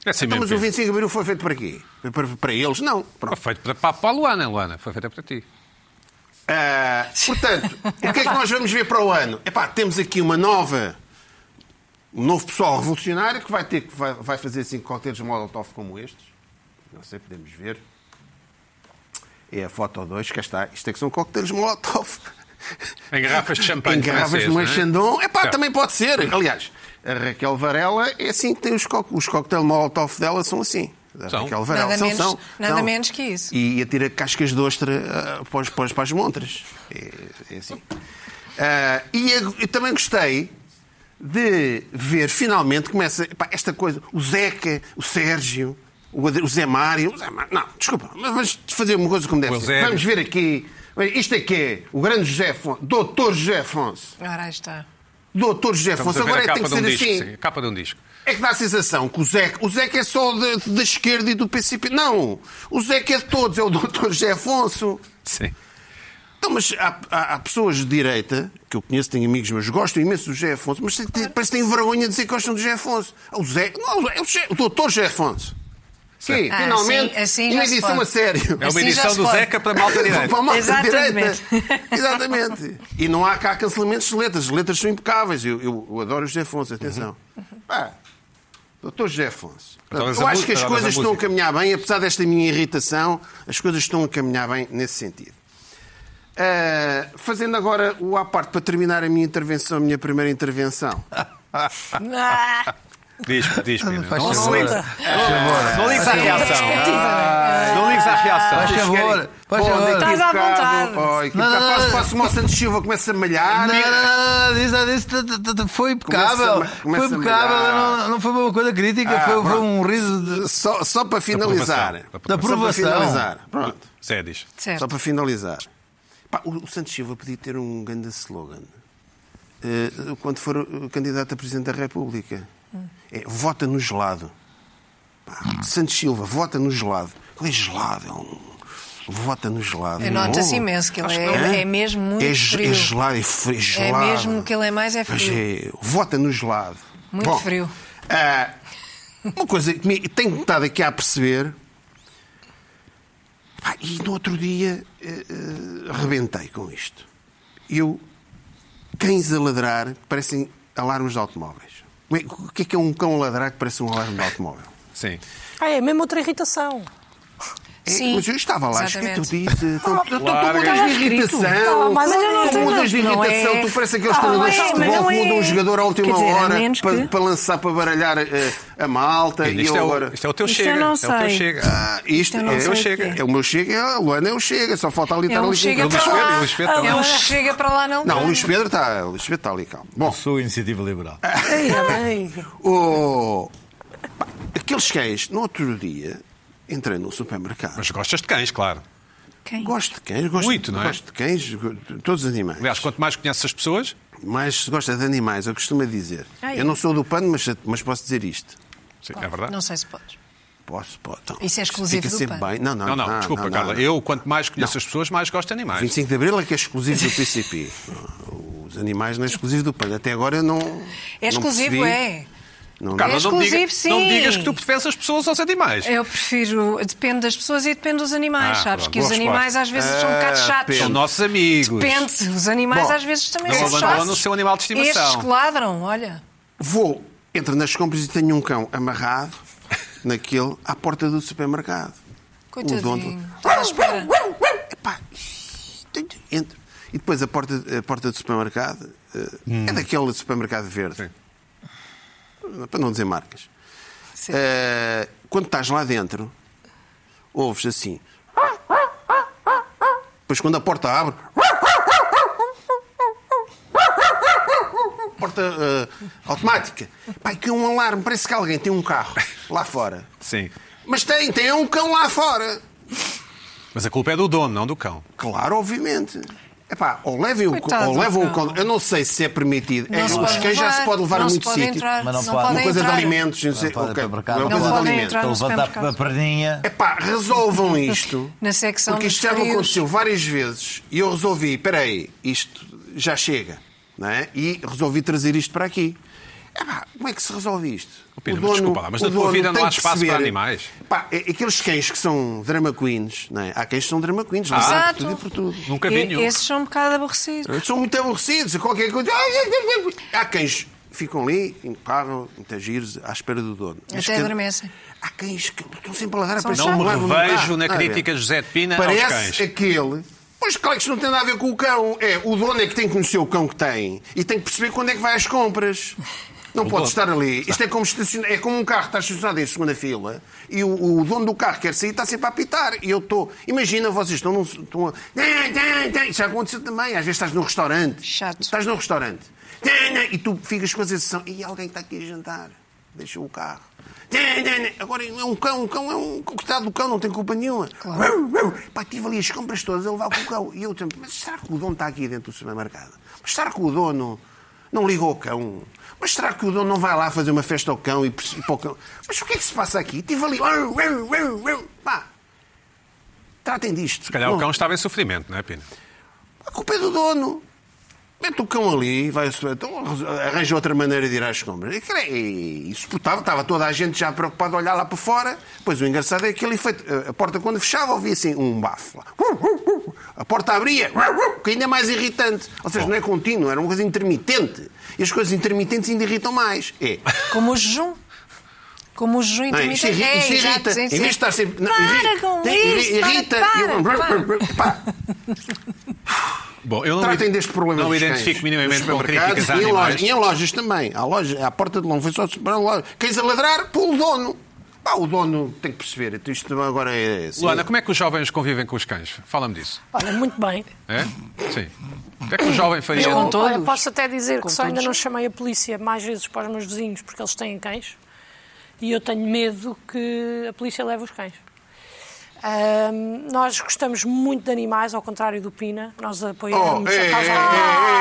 Speaker 1: É assim
Speaker 2: Então,
Speaker 1: mesmo.
Speaker 2: mas o
Speaker 1: Pedro.
Speaker 2: 25 de abril foi feito para quê? Foi Para, para eles? Não.
Speaker 1: Foi
Speaker 2: Pronto.
Speaker 1: feito para, para a Luana, Luana. Foi feito para ti.
Speaker 2: Ah, portanto, o que é que nós vamos ver para o ano? Epá, temos aqui uma nova. Um novo pessoal revolucionário que vai, ter, que vai, vai fazer cinco coquetéis Molotov como estes. Não sei, podemos ver. É a foto 2, cá está. Isto é que são coquetéis Molotov.
Speaker 1: Em garrafas de champanhe.
Speaker 2: Em garrafas de
Speaker 1: francês, não é?
Speaker 2: Manchandon. Epá,
Speaker 1: Certo.
Speaker 2: também pode ser. Aliás, a Raquel Varela é assim que tem os, co os coquetéis Molotov dela, são assim. Da
Speaker 1: São.
Speaker 2: Raquel Varela.
Speaker 3: Nada,
Speaker 2: são,
Speaker 3: menos,
Speaker 2: são,
Speaker 3: nada
Speaker 2: são.
Speaker 3: menos que isso.
Speaker 2: E atira cascas de ostra ah, para, os- para os- para as montras. É, é assim. Ah, e eu, eu também gostei de ver finalmente começa pá, esta coisa, o Zeca, o Sérgio, o, Ad- o Zé Mário. o Zé Mário- não, desculpa, mas vamos fazer uma coisa como deve
Speaker 1: O
Speaker 2: ser.
Speaker 1: Eusébio.
Speaker 2: Vamos ver aqui Olha, Isto é que é o grande José Afonso, doutor José Afonso.
Speaker 3: Ora, aí está.
Speaker 2: Doutor José
Speaker 1: Estamos
Speaker 2: Afonso,
Speaker 1: a ver a
Speaker 2: agora é que tem
Speaker 1: capa de
Speaker 2: que
Speaker 1: um
Speaker 2: ser
Speaker 1: disco.
Speaker 2: assim.
Speaker 1: sim, a capa de um disco.
Speaker 2: É que dá a sensação que o Zeca, o Zeca é só de- de- da esquerda e do PCP. Não, o Zeca é de todos, é o doutor José Afonso.
Speaker 1: Sim. É
Speaker 2: Então, mas há, há- há pessoas de direita, que eu conheço, tenho amigos meus, gostam imenso do José Afonso, mas tem- tem- parece que têm vergonha de dizer que gostam do José Afonso. O Zé, não, é o, Zé, o doutor José Afonso. Sim,
Speaker 3: Ah,
Speaker 2: finalmente,
Speaker 3: assim- assim já
Speaker 2: uma
Speaker 3: se
Speaker 2: edição
Speaker 3: pode.
Speaker 2: a sério.
Speaker 1: É uma
Speaker 3: Assim já
Speaker 1: edição
Speaker 3: se
Speaker 1: do
Speaker 3: pode.
Speaker 1: Zeca para a malta
Speaker 2: Para a
Speaker 1: direita.
Speaker 2: malta
Speaker 3: Exatamente.
Speaker 2: direita. Exatamente. E não há cá cancelamentos de letras. As letras são impecáveis. Eu, eu- eu adoro o José Afonso, atenção. Pá, doutor José Afonso.
Speaker 4: Então,
Speaker 1: Através
Speaker 2: eu
Speaker 1: da
Speaker 2: acho
Speaker 1: música,
Speaker 2: que as
Speaker 1: através
Speaker 2: coisas
Speaker 1: da
Speaker 2: estão a
Speaker 1: música.
Speaker 2: caminhar bem, apesar desta minha irritação, as coisas estão a caminhar bem nesse sentido. Ah, fazendo agora o à parte para terminar a minha intervenção, a minha primeira intervenção.
Speaker 3: Ah,
Speaker 1: Diz-me, diz-me. Não,
Speaker 4: Faz
Speaker 1: não,
Speaker 4: favor.
Speaker 1: não ligues à reação.
Speaker 3: perspectiva,
Speaker 2: Ah.
Speaker 1: Não ligues à
Speaker 4: Faz
Speaker 1: reação.
Speaker 4: favor. faz favor.
Speaker 3: Estás à vontade.
Speaker 4: Não, não,
Speaker 2: Faço,
Speaker 4: não.
Speaker 2: faço uma Santos Silva, começa a malhar.
Speaker 4: Não, não, não, não, isso- isso t- t- t- foi
Speaker 2: Começa a
Speaker 4: impecável.
Speaker 2: ma- começa
Speaker 4: foi
Speaker 2: a
Speaker 4: impecável,
Speaker 2: malhar.
Speaker 4: não, não foi uma coisa crítica,
Speaker 2: Ah,
Speaker 4: foi, foi
Speaker 2: pronto.
Speaker 4: um riso de.
Speaker 2: Só, só para finalizar.
Speaker 1: Da aprovação.
Speaker 4: Da aprovação.
Speaker 2: Só para finalizar. Pronto.
Speaker 1: Zé, diz.
Speaker 3: certo.
Speaker 2: Só para finalizar. Pá, o o Santos Silva podia ter um grande slogan eh, quando for eh, candidato a Presidente da República. É, vota no gelado. Pá, Santos Silva, vota no gelado. Ele é gelado, é um... Vota no gelado.
Speaker 3: Eu
Speaker 2: Não.
Speaker 3: nota-se imenso que ele
Speaker 2: Acho
Speaker 3: é-
Speaker 2: não.
Speaker 3: é mesmo muito
Speaker 2: é, ge-
Speaker 3: frio.
Speaker 2: É gelado, é frio, é
Speaker 3: É
Speaker 2: gelado.
Speaker 3: mesmo que ele é mais é
Speaker 2: Mas
Speaker 3: frio.
Speaker 2: é, vota no gelado.
Speaker 3: Muito frio.
Speaker 2: ah, uma coisa que me tenho estado aqui a perceber. Ah, e no outro dia eh, eh, arrebentei com isto. Eu, cães a ladrar parecem alarmes de automóveis. Como é- O que é que é um cão a ladrar que parece um alarme de automóvel?
Speaker 1: Sim.
Speaker 5: Ah, é mesmo outra irritação.
Speaker 2: É,
Speaker 3: Sim,
Speaker 2: mas eu estava lá, escrito
Speaker 3: exatamente.
Speaker 2: disse. Estou estou- estou
Speaker 1: Larga.
Speaker 2: mudas de
Speaker 5: Estava,
Speaker 2: irritação.
Speaker 5: mas eu não
Speaker 2: Estou
Speaker 5: tenho
Speaker 2: mudas de
Speaker 3: nada. Não
Speaker 2: irritação.
Speaker 3: é.
Speaker 2: Tu parece aqueles
Speaker 3: Ah,
Speaker 2: treinadores de
Speaker 3: não é, mas
Speaker 2: futebol que
Speaker 3: não
Speaker 2: mudam um
Speaker 3: é.
Speaker 2: jogador à última
Speaker 3: Quer dizer, a
Speaker 2: hora
Speaker 3: menos
Speaker 2: para,
Speaker 3: que-
Speaker 2: para lançar, para baralhar eh, a malta. E
Speaker 1: Isto
Speaker 2: eu
Speaker 1: é,
Speaker 2: agora.
Speaker 1: o, isto é o teu
Speaker 3: Isto eu
Speaker 1: chega.
Speaker 3: não
Speaker 1: é o teu
Speaker 3: sei.
Speaker 1: chega.
Speaker 2: Ah, isto
Speaker 3: eu Então não
Speaker 2: é,
Speaker 3: sei o
Speaker 1: que
Speaker 2: é o meu chega, é, o Luana é o chega, só falta ali
Speaker 3: É
Speaker 2: estar
Speaker 3: um
Speaker 2: ali
Speaker 3: chega
Speaker 2: com
Speaker 3: para
Speaker 1: Pedro,
Speaker 3: lá.
Speaker 1: Luís Pedro.
Speaker 3: É um
Speaker 5: Agora-
Speaker 3: chega para lá, não.
Speaker 2: Não, o Luís Pedro está, o Luís Pedro está ali calmo. Bom,
Speaker 4: Sou iniciativa liberal.
Speaker 1: Ah,
Speaker 5: Ai, ai.
Speaker 2: o... pá, aqueles cães, no outro dia, entrei num supermercado.
Speaker 1: Mas gostas de cães, claro.
Speaker 3: Quem?
Speaker 2: Gosto de cães, gosto,
Speaker 1: Muito, não é?
Speaker 2: gosto de cães, go- todos os animais.
Speaker 1: Aliás, quanto mais conheces as pessoas,
Speaker 2: Mas se gosta de animais, eu costumo dizer.
Speaker 3: Ah, é?
Speaker 2: Eu não sou do pano, mas, mas posso dizer isto.
Speaker 1: sim, é verdade.
Speaker 3: Não sei se podes.
Speaker 2: Posso, pode. Então,
Speaker 3: Isso é exclusivo
Speaker 2: fica
Speaker 3: do
Speaker 2: sempre
Speaker 3: PAN.
Speaker 2: bem. Não,
Speaker 1: Não,
Speaker 2: não,
Speaker 1: não, desculpa,
Speaker 2: não,
Speaker 1: Carla.
Speaker 2: não.
Speaker 1: Eu, quanto mais conheço as pessoas, mais gosto de animais.
Speaker 2: 25 de Abril é que é exclusivo do PCP. Os animais não é exclusivo do PAN. Até agora eu não.
Speaker 3: É exclusivo,
Speaker 2: não percebi.
Speaker 3: é.
Speaker 2: Não,
Speaker 1: Carla, não, me diga-
Speaker 3: exclusivo,
Speaker 1: não me
Speaker 3: sim.
Speaker 1: digas que tu preferes as pessoas aos animais.
Speaker 3: Eu prefiro. Depende das pessoas e depende dos animais,
Speaker 1: Ah,
Speaker 3: sabes?
Speaker 1: pronto,
Speaker 3: Que os
Speaker 1: boa resposta.
Speaker 3: animais às vezes são um bocado
Speaker 2: Ah,
Speaker 3: chatos.
Speaker 1: São nossos amigos.
Speaker 3: Depende. Os animais
Speaker 2: Bom,
Speaker 3: às vezes também
Speaker 1: não
Speaker 3: são
Speaker 1: abandonam
Speaker 3: chatos.
Speaker 1: o seu animal de estimação.
Speaker 3: Estes que ladram, olha.
Speaker 2: Vou, entro nas compras e tenho um cão amarrado naquele à porta do supermercado.
Speaker 3: Coitadinho. Está à espera.
Speaker 2: Epá, tenho- entro. E depois a porta, a porta do supermercado eh, é daquele supermercado verde. Para não dizer marcas.
Speaker 3: Sim.
Speaker 2: Eh, quando estás lá dentro, ouves assim. Depois quando a porta abre. Porta eh, automática. Pai, que é um alarme. Parece que alguém tem um carro lá fora.
Speaker 1: Sim.
Speaker 2: Mas tem, tem um cão lá fora.
Speaker 1: Mas a culpa é do dono, não do cão.
Speaker 2: Claro, obviamente. Epá, ou levem o cão,
Speaker 3: Coitado
Speaker 2: ou
Speaker 3: do
Speaker 2: levam o
Speaker 3: cão.
Speaker 2: cão. Eu não sei se é permitido.
Speaker 3: Não
Speaker 2: É,
Speaker 3: se
Speaker 2: os
Speaker 3: pode
Speaker 2: cães já
Speaker 3: levar,
Speaker 2: se pode levar
Speaker 3: não
Speaker 2: a
Speaker 3: se
Speaker 2: muito
Speaker 3: pode
Speaker 2: sítio.
Speaker 3: entrar.
Speaker 4: Mas
Speaker 3: não,
Speaker 4: não pode.
Speaker 2: Uma
Speaker 3: podem
Speaker 2: coisa de
Speaker 3: entrar.
Speaker 2: alimentos, não sei.
Speaker 4: Não podem
Speaker 2: ok,
Speaker 4: para o mercado,
Speaker 2: é uma
Speaker 4: não
Speaker 2: coisa de
Speaker 3: podem
Speaker 2: alimentos.
Speaker 3: entrar.
Speaker 4: Estou a
Speaker 3: no
Speaker 4: levantar a
Speaker 3: supermercado.
Speaker 4: perninha.
Speaker 2: Epá, resolvam isto.
Speaker 3: Na secção
Speaker 2: Porque
Speaker 3: dos
Speaker 2: isto já me
Speaker 3: frios.
Speaker 2: aconteceu várias vezes e eu resolvi, peraí, isto já chega, não é? E resolvi trazer isto para aqui. Epá, como é que se resolve isto?
Speaker 1: Oh, Pedro, mas desculpa lá, mas
Speaker 2: o
Speaker 1: na tua
Speaker 2: dono
Speaker 1: vida não
Speaker 2: tem
Speaker 1: há
Speaker 2: que
Speaker 1: espaço para
Speaker 2: perceber-
Speaker 1: animais?
Speaker 2: Pá, é- aqueles cães que são drama queens, não é? Há cães que são drama queens, não
Speaker 3: Ah, Exato.
Speaker 2: por tudo e por tudo.
Speaker 1: Nunca vi
Speaker 3: E-
Speaker 1: nenhum.
Speaker 3: Esses são um bocado aborrecidos.
Speaker 2: Eles são muito aborrecidos. Qualquer coisa. Há cães que ficam ali, impável, muito giros, à espera do dono. Mas
Speaker 3: Até
Speaker 2: que-
Speaker 3: adormecem.
Speaker 2: Há cães que estão sempre é a ladrar a
Speaker 1: Não me revejo na crítica de José de Pina aos
Speaker 2: Ah, Parece
Speaker 1: cães.
Speaker 2: aquele. Pois claro que isto não tem nada a ver com o cão. É, o dono é que tem que conhecer o cão que tem e tem que perceber quando é que vai às compras. Não pode
Speaker 1: dono.
Speaker 2: estar ali. Isto é como, estaciona- é como um carro que está estacionado em segunda fila e o, o dono do carro quer sair e está sempre a apitar. E eu estou. Imagina, vocês estão num. Estão a... Isso já aconteceu também. Às vezes estás num restaurante.
Speaker 3: Chato.
Speaker 2: Estás num restaurante. E tu ficas com a sensação. E alguém está aqui a jantar. deixou o carro. Agora é um cão, um cão é um coitado do cão, não tem culpa nenhuma. Pá, tive ali as compras todas a levar com o cão. E eu também, mas será que o dono está aqui dentro do supermercado? Mas será que o dono não ligou ao cão? Mas será que o dono não vai lá fazer uma festa ao cão e perce- para o cão? Mas o que é que se passa aqui? Tive ali. Pá, tratem disto.
Speaker 1: Se calhar o
Speaker 2: Não.
Speaker 1: cão estava em sofrimento, não é, Pina?
Speaker 2: A culpa é do dono. Mete o cão ali, vai então, arranja outra maneira de ir às compras. Aquilo é insuportável, estava toda a gente já preocupada a olhar lá para fora. Pois o engraçado é aquele efeito. A porta, quando fechava, ouvia assim um bafo. lá. uh, A porta abria, que ainda é mais irritante. Ou seja, não é contínuo, era uma coisa intermitente. E as coisas intermitentes ainda irritam mais. É.
Speaker 3: Como o jejum. Como o jejum
Speaker 2: Não, isto
Speaker 3: intermitente.
Speaker 2: irri- isto
Speaker 3: É, exato,
Speaker 2: irrita.
Speaker 3: sim,
Speaker 2: Em
Speaker 3: sim.
Speaker 2: vez de estar sempre. não,
Speaker 3: Para
Speaker 2: irri-
Speaker 3: com
Speaker 2: tem- irri-
Speaker 3: isto, para,
Speaker 2: Irrita.
Speaker 3: para,
Speaker 2: e eu- Pá.
Speaker 1: Bom, eu não,
Speaker 2: Tratem
Speaker 1: ide-
Speaker 2: deste problema
Speaker 1: Não
Speaker 2: dos
Speaker 1: identifico
Speaker 2: cães,
Speaker 1: minimamente
Speaker 2: dos
Speaker 1: com
Speaker 2: supermercados
Speaker 1: críticas a
Speaker 2: e em,
Speaker 1: animais.
Speaker 2: lojas, e em lojas também. Há loja, à porta de não foi só para loja. Queres a ladrar? Pula o dono. Pá, o dono tem que perceber. Então Isto agora é. assim.
Speaker 1: Luana, como é que os jovens convivem com os cães? Fala-me disso.
Speaker 5: Olha, muito bem.
Speaker 1: É? Sim. O que é que o jovem faria?
Speaker 3: Eu- Com
Speaker 5: Olha,
Speaker 3: todos?
Speaker 5: posso até dizer
Speaker 3: Com
Speaker 5: que só ainda
Speaker 3: todos?
Speaker 5: não chamei a polícia mais vezes para os meus vizinhos, porque eles têm cães. E eu tenho medo que a polícia leve os cães. Ahm, nós gostamos muito de animais, ao contrário do Pina. Nós
Speaker 2: Oh,
Speaker 5: apoiamos
Speaker 2: é, é, é,
Speaker 5: a causa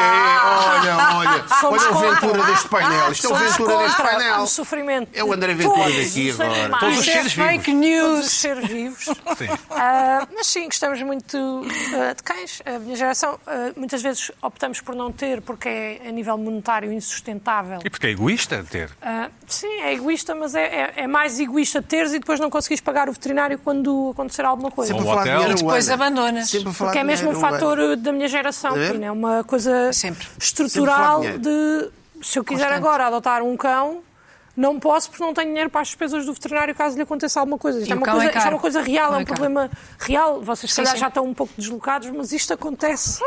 Speaker 2: é, é, olha, olha.
Speaker 5: Somos
Speaker 2: Olha a
Speaker 5: contra.
Speaker 2: aventura deste painel. Isto é a
Speaker 5: Somos
Speaker 2: aventura deste
Speaker 5: contra
Speaker 2: painel.
Speaker 5: O sofrimento.
Speaker 2: É o
Speaker 5: de
Speaker 2: André Ventura
Speaker 5: todos
Speaker 2: daqui
Speaker 5: os
Speaker 2: agora.
Speaker 5: animais.
Speaker 1: Todos os
Speaker 3: Isto é
Speaker 1: seres vivos.
Speaker 3: fake
Speaker 5: todos os
Speaker 3: news.
Speaker 5: seres vivos.
Speaker 1: Sim.
Speaker 5: Ah, mas sim, gostamos muito ah, de cães. A minha geração, ah, muitas vezes optamos por não ter porque é a nível monetário insustentável.
Speaker 1: E porque é egoísta ter.
Speaker 5: Ah, sim, é egoísta, mas é, é- é mais egoísta teres e depois não conseguires pagar o veterinário quando acontecer alguma coisa.
Speaker 1: Sempre
Speaker 2: Sempre
Speaker 1: Um
Speaker 2: a falar de
Speaker 1: hotel.
Speaker 2: dinheiro,
Speaker 1: E
Speaker 3: depois
Speaker 2: Luana.
Speaker 3: abandonas.
Speaker 2: Sempre a falar
Speaker 5: Porque é
Speaker 2: de
Speaker 5: mesmo um
Speaker 2: dinheiro,
Speaker 5: fator
Speaker 2: Luana.
Speaker 5: da minha geração,
Speaker 2: A ver?
Speaker 5: Pina, é uma coisa
Speaker 3: Sempre.
Speaker 5: estrutural
Speaker 2: Sempre falar
Speaker 5: de se eu quiser
Speaker 3: Constante.
Speaker 5: agora adotar um cão, não posso porque não tenho dinheiro para as despesas do veterinário caso lhe aconteça alguma coisa. Isto,
Speaker 3: E
Speaker 5: é
Speaker 3: o
Speaker 5: uma
Speaker 3: cão é
Speaker 5: coisa, isto é
Speaker 3: caro.
Speaker 5: uma coisa real,
Speaker 3: O
Speaker 5: é
Speaker 3: cão
Speaker 5: um
Speaker 3: é caro.
Speaker 5: problema real. Vocês
Speaker 3: Sim,
Speaker 5: se calhar
Speaker 3: sim. Uhum.
Speaker 5: já estão um pouco deslocados, mas isto acontece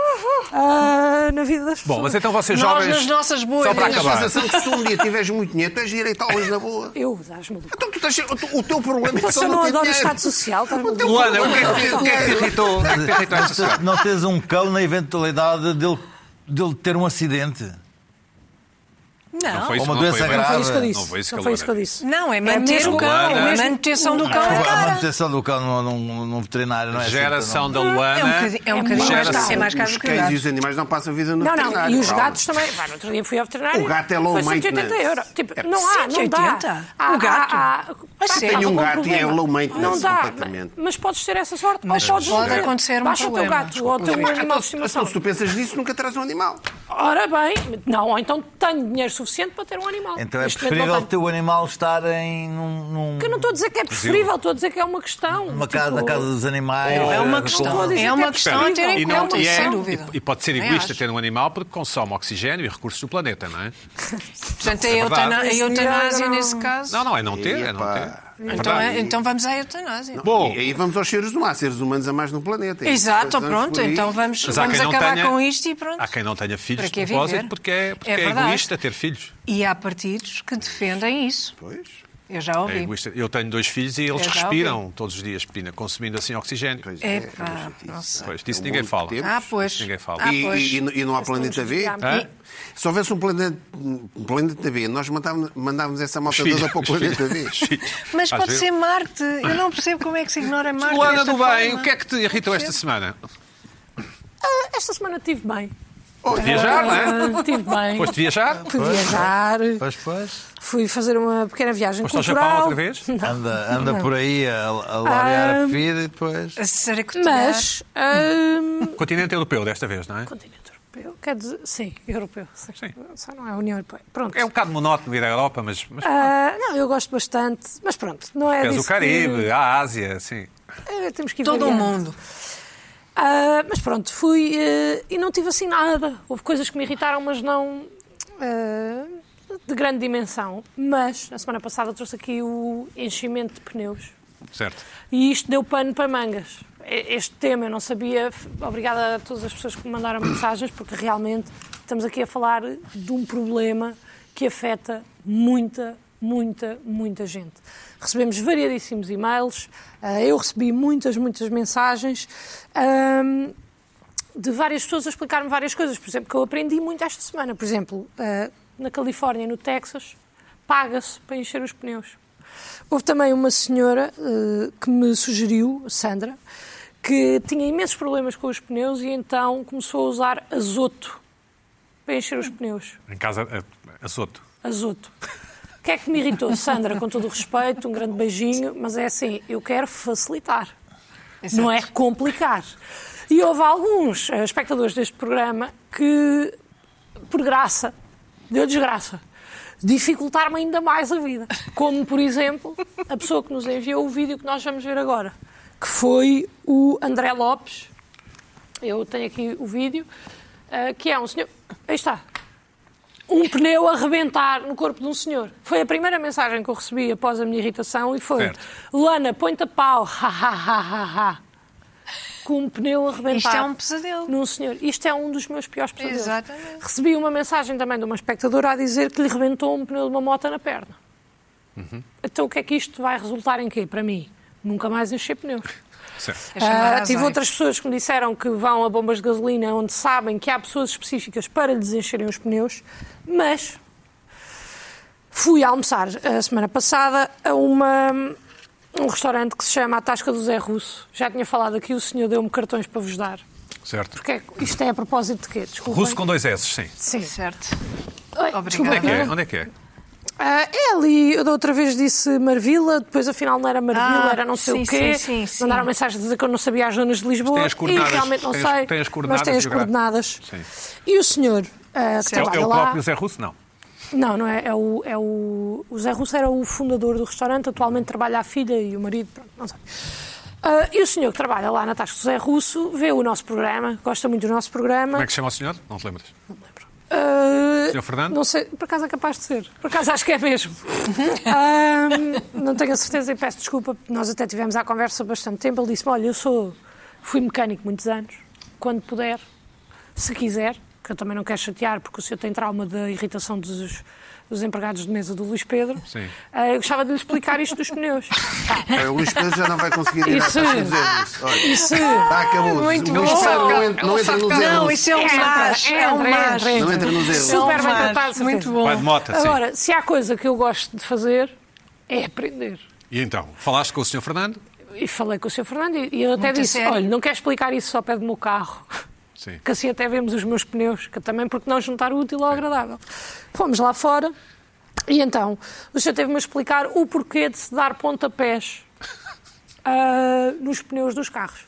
Speaker 5: ah, na vida das pessoas.
Speaker 1: Bom, mas então vocês
Speaker 3: Nós
Speaker 1: jovens.
Speaker 3: nas nossas bolhas.
Speaker 1: Só para
Speaker 2: Tenho a
Speaker 1: acabar.
Speaker 2: sensação que se tu um dia tiveres muito dinheiro, tu és direito aulas na boa.
Speaker 5: Eu, dás maluco.
Speaker 2: Então tu estás. O teu problema é que
Speaker 5: Você
Speaker 2: só
Speaker 5: Então não
Speaker 2: tem
Speaker 5: adora
Speaker 2: dinheiro.
Speaker 5: o
Speaker 2: um
Speaker 5: Estado Social, estás maluco?
Speaker 1: Luana, o que é que- o que é que te irritou? O que é que te irritou esta
Speaker 4: Se
Speaker 1: semana?
Speaker 4: Não tens um cão na eventualidade dele, dele ter um acidente.
Speaker 3: Não.
Speaker 1: foi
Speaker 4: Ou
Speaker 1: isso,
Speaker 4: uma
Speaker 1: não foi
Speaker 4: doença
Speaker 1: bem.
Speaker 5: Não foi
Speaker 4: grave.
Speaker 5: isso que eu disse.
Speaker 1: Não foi isso que
Speaker 5: Não
Speaker 1: a
Speaker 5: foi isso que eu
Speaker 1: Luana
Speaker 5: disse.
Speaker 3: Não, é manter
Speaker 5: mesmo-
Speaker 3: o cão.
Speaker 1: Luana.
Speaker 3: É manutenção do cão é
Speaker 4: A
Speaker 3: cara.
Speaker 4: manutenção do cão num, num- num veterinário não é assim,
Speaker 1: Geração da
Speaker 4: não.
Speaker 3: É um
Speaker 1: Luana.
Speaker 3: bocadinho, é um
Speaker 5: É
Speaker 3: bocadinho mais
Speaker 1: geração.
Speaker 3: caro. É mais caro
Speaker 2: Os
Speaker 3: do que
Speaker 2: cães e
Speaker 3: andar.
Speaker 2: os animais não passam a vida no
Speaker 5: Não, não,
Speaker 2: veterinário.
Speaker 5: e os
Speaker 2: calma.
Speaker 5: gatos também. Vai, no outro dia fui ao veterinário.
Speaker 2: O gato é low
Speaker 5: Foi
Speaker 2: maintenance.
Speaker 5: 180 euros. Tipo,
Speaker 2: É,
Speaker 5: não há, não dá.
Speaker 3: 180? O gato?
Speaker 5: pá,
Speaker 3: sério?
Speaker 5: estava
Speaker 3: Tenho
Speaker 2: um
Speaker 5: com
Speaker 2: gato e
Speaker 5: problema.
Speaker 2: é low maintenance
Speaker 5: Não dá,
Speaker 2: completamente.
Speaker 5: mas- mas podes ter essa sorte.
Speaker 3: Mas
Speaker 5: ou podes não
Speaker 3: pode
Speaker 5: ter.
Speaker 3: acontecer um
Speaker 5: Baixa o teu
Speaker 3: problema.
Speaker 5: gato ou o teu
Speaker 2: Então,
Speaker 5: animal de
Speaker 2: então,
Speaker 5: estimação.
Speaker 2: se tu pensas nisso, nunca terás um animal.
Speaker 5: Ora bem, não, ou então tenho dinheiro suficiente para ter um animal.
Speaker 4: Então é
Speaker 5: Neste momento
Speaker 4: preferível o
Speaker 5: não tenho.
Speaker 4: teu animal estar em num, num-
Speaker 5: Porque eu não estou a dizer que
Speaker 1: um
Speaker 5: é preferível, estou a dizer que é uma questão.
Speaker 4: numa
Speaker 5: Tipo,
Speaker 4: casa, na casa dos animais.
Speaker 3: É uma
Speaker 4: com-
Speaker 5: Não vou
Speaker 3: questão.
Speaker 5: dizer
Speaker 3: É
Speaker 5: que
Speaker 3: uma
Speaker 5: é
Speaker 3: questão a ter
Speaker 5: possível.
Speaker 1: E,
Speaker 3: em
Speaker 1: não,
Speaker 3: conta,
Speaker 1: e, é-
Speaker 3: sem dúvida.
Speaker 1: e- e pode ser
Speaker 3: Também
Speaker 1: egoísta
Speaker 3: acho.
Speaker 1: ter um animal porque consome oxigênio e recursos do planeta, não é?
Speaker 3: Portanto,
Speaker 1: É
Speaker 3: a eutana- a
Speaker 1: verdade.
Speaker 3: eutanásia
Speaker 5: Não.
Speaker 3: nesse caso.
Speaker 1: Não, não, é não ter, é não
Speaker 2: Epá.
Speaker 1: ter. É
Speaker 3: Então,
Speaker 1: verdade.
Speaker 3: é- então vamos à eutanásia.
Speaker 1: Bom,
Speaker 2: E aí vamos aos seres humanos. Há seres humanos a mais no planeta.
Speaker 3: Exato,
Speaker 2: Vamos
Speaker 3: pronto.
Speaker 2: por aí.
Speaker 3: Então vamos,
Speaker 1: mas há
Speaker 3: vamos
Speaker 1: quem não
Speaker 3: acabar
Speaker 1: tenha-
Speaker 3: com isto e pronto.
Speaker 1: Há quem não tenha filhos
Speaker 3: Para
Speaker 1: de
Speaker 3: que
Speaker 1: propósito
Speaker 3: viver?
Speaker 1: porque é, porque
Speaker 3: É
Speaker 1: é,
Speaker 3: verdade.
Speaker 1: egoísta ter filhos.
Speaker 3: E há partidos que defendem isso.
Speaker 2: Pois.
Speaker 3: Eu já
Speaker 1: É
Speaker 3: ouvi.
Speaker 1: egoísta. Eu tenho dois filhos e eles
Speaker 3: É, já
Speaker 1: respiram todos os dias, Pina, consumindo assim oxigênio.
Speaker 2: Pois é,
Speaker 3: Epá,
Speaker 2: é uma chatice.
Speaker 3: não sei.
Speaker 1: Pois, disso
Speaker 2: É o
Speaker 1: ninguém
Speaker 2: mundo que
Speaker 1: fala.
Speaker 2: temos.
Speaker 3: Ah, pois.
Speaker 1: Ninguém fala.
Speaker 3: Ah,
Speaker 2: e,
Speaker 3: pois.
Speaker 2: e- e- e não há planeta B?
Speaker 5: desviámos.
Speaker 1: Hã?
Speaker 2: Se houvesse um planeta, um planeta B, nós mandávamos, mandávamos essa malta toda para o
Speaker 1: Os filhos-
Speaker 2: planeta B.
Speaker 1: os filhos.
Speaker 3: Mas
Speaker 1: Às
Speaker 3: pode
Speaker 1: vezes.
Speaker 3: ser Marte. Eu não percebo como é que se ignora Marte.
Speaker 1: Luana
Speaker 3: desta
Speaker 1: do Bem,
Speaker 3: forma.
Speaker 1: o que é que te irritou esta semana?
Speaker 5: Ah, Esta semana estive bem.
Speaker 2: Tá
Speaker 1: Viajar, não é?
Speaker 5: Ah, Estive bem.
Speaker 1: Foste viajar?
Speaker 5: Fui viajar.
Speaker 4: Pois, pois.
Speaker 5: Fui fazer uma pequena viagem
Speaker 1: Foste ao
Speaker 5: cultural.
Speaker 1: Japão outra vez?
Speaker 4: Anda, anda por aí a, a laurear a vida e depois.
Speaker 3: A saracotear.
Speaker 5: Mas. ahm,
Speaker 1: Continente europeu desta vez, não é?
Speaker 5: continente europeu. Quer dizer. Sim, europeu. Sim.
Speaker 1: Sim.
Speaker 5: Só não é a União Europeia. Pronto.
Speaker 1: É um bocado monótono ir à Europa, mas, mas
Speaker 5: Ah, não, eu gosto bastante. Mas pronto, não é.
Speaker 1: tens o
Speaker 5: disso
Speaker 1: Caribe, a Ásia, sim.
Speaker 5: que- eh, temos que ir
Speaker 3: Todo o
Speaker 5: variando.
Speaker 3: mundo.
Speaker 5: Ah, mas pronto, fui eh, e não tive assim nada. Houve coisas que me irritaram, mas não eh, de grande dimensão. Mas, na semana passada, trouxe aqui o enchimento de pneus.
Speaker 1: Certo.
Speaker 5: E isto deu pano para mangas. E- Este tema eu não sabia. F- Obrigada a todas as pessoas que me mandaram mensagens, porque realmente estamos aqui a falar de um problema que afeta muita, muita, muita gente. Recebemos variadíssimos e-mails, ah, eu recebi muitas, muitas mensagens. ahm, de várias pessoas a explicar-me várias coisas, por exemplo, que eu aprendi muito esta semana. Por exemplo, ah, na Califórnia, e no Texas, paga-se para encher os pneus. Houve também uma senhora eh, que me sugeriu, Sandra, que tinha imensos problemas com os pneus e então começou a usar azoto para encher os pneus.
Speaker 1: Em casa, a, a Soto.
Speaker 5: Azoto. O que é que me irritou? Sandra, com todo o respeito, um grande beijinho, mas é assim, eu quero facilitar, não é complicar. E houve alguns eh, espectadores deste programa que, por graça, deu desgraça, dificultar-me ainda mais a vida. Como, por exemplo, a pessoa que nos enviou o vídeo que nós vamos ver agora, que foi o André Lopes. Eu tenho aqui o vídeo, eh, que é um senhor. Aí está, um pneu a arrebentar no corpo de um senhor. Foi a primeira mensagem que eu recebi após a minha irritação e foi:
Speaker 1: Certo.
Speaker 5: Lana, põe-te a pau, ha, ha, ha, ha, ha. Com um pneu a arrebentar.
Speaker 3: Isto é um pesadelo.
Speaker 5: Num senhor. Isto é um dos meus piores pesadelos.
Speaker 3: Exatamente.
Speaker 5: Recebi uma mensagem também de uma espectadora a dizer que lhe rebentou um pneu de uma moto na perna. Então o que é que isto vai resultar em quê? Para mim, nunca mais encher pneus.
Speaker 1: Certo.
Speaker 3: É chamar
Speaker 5: Ah,
Speaker 3: às
Speaker 5: tive
Speaker 3: oito.
Speaker 5: outras pessoas que me disseram que vão a bombas de gasolina onde sabem que há pessoas específicas para lhes encherem os pneus, mas fui almoçar a semana passada a uma, um restaurante que se chama A Tasca do Zé Russo. Já tinha falado aqui, o senhor deu-me cartões para vos dar.
Speaker 1: certo.
Speaker 5: Porque é que- isto é a propósito de quê? Desculpem.
Speaker 1: Russo com dois S, sim.
Speaker 5: Sim.
Speaker 3: Certo.
Speaker 5: Oi,
Speaker 3: Obrigada.
Speaker 5: desculpem.
Speaker 1: Onde é que é? Onde é que é?
Speaker 5: Ah, é ali, eu da outra vez disse Marvila, depois afinal não era Marvila,
Speaker 3: Ah,
Speaker 5: era não sei
Speaker 3: sim,
Speaker 5: o quê.
Speaker 3: sim, sim, sim.
Speaker 5: Mandaram mensagem a dizer que eu não sabia as zonas de Lisboa.
Speaker 1: Tem as coordenadas,
Speaker 5: E realmente não
Speaker 1: tem as-
Speaker 5: sei.
Speaker 1: tem as
Speaker 5: mas tem
Speaker 1: coordenadas
Speaker 5: as
Speaker 1: geográficas.
Speaker 5: coordenadas.
Speaker 1: Sim.
Speaker 5: E o senhor ah, que
Speaker 3: É
Speaker 1: É, o-
Speaker 5: trabalha
Speaker 1: é o
Speaker 5: lá.
Speaker 1: próprio Zé Russo? Não.
Speaker 5: Não, não é. É o, é o, o Zé Russo era o fundador do restaurante,
Speaker 1: Uhum.
Speaker 5: atualmente trabalha a filha e o marido, pronto, não sei. Ah, e o senhor que trabalha lá na Tasca do Zé Russo vê o nosso programa, gosta muito do nosso programa.
Speaker 1: Como é que se chama o senhor? Não te lembras?
Speaker 5: Ah,
Speaker 1: Senhor Fernando?
Speaker 5: Não sei, por acaso é capaz de ser. Por acaso acho que é mesmo. Ah, não tenho a certeza e peço desculpa, porque nós até tivemos à conversa bastante tempo. Ele disse-me: Olha, eu sou, fui mecânico muitos anos, quando puder, se quiser, que eu também não quero chatear, porque o senhor tem trauma da irritação dos, dos empregados de mesa do Luís Pedro.
Speaker 1: Sim.
Speaker 5: Ah, eu gostava de lhe explicar isto dos pneus.
Speaker 2: Olha, O Luís Pedro já não vai conseguir ir à
Speaker 5: Isso.
Speaker 2: taxa do Zé Russo. Olha,
Speaker 5: Isso.
Speaker 2: Tá, acabou.
Speaker 3: é Muito
Speaker 2: o Luís
Speaker 3: bom.
Speaker 2: Pedro não entra, não entra no Zé
Speaker 3: Não,
Speaker 2: Russo.
Speaker 3: isso é um mas. É um mas.
Speaker 2: Não entra nos erros.
Speaker 5: Super bem tratado, certeza.
Speaker 3: Muito bom.
Speaker 1: Vai de moto, sim.
Speaker 5: Agora, se há coisa que eu gosto de fazer, é aprender.
Speaker 1: E então, falaste com o senhor Fernando?
Speaker 5: E falei com o Sr. Fernando e e ele até
Speaker 3: Muito
Speaker 5: disse:
Speaker 3: sério.
Speaker 5: olha, não quer explicar isso só ao pé do meu carro.
Speaker 1: Sim.
Speaker 5: Que assim até vemos os meus pneus, que também porque não juntar o útil ao agradável. Fomos lá fora e então o senhor teve-me a explicar o porquê de se dar pontapés ah, nos pneus dos carros.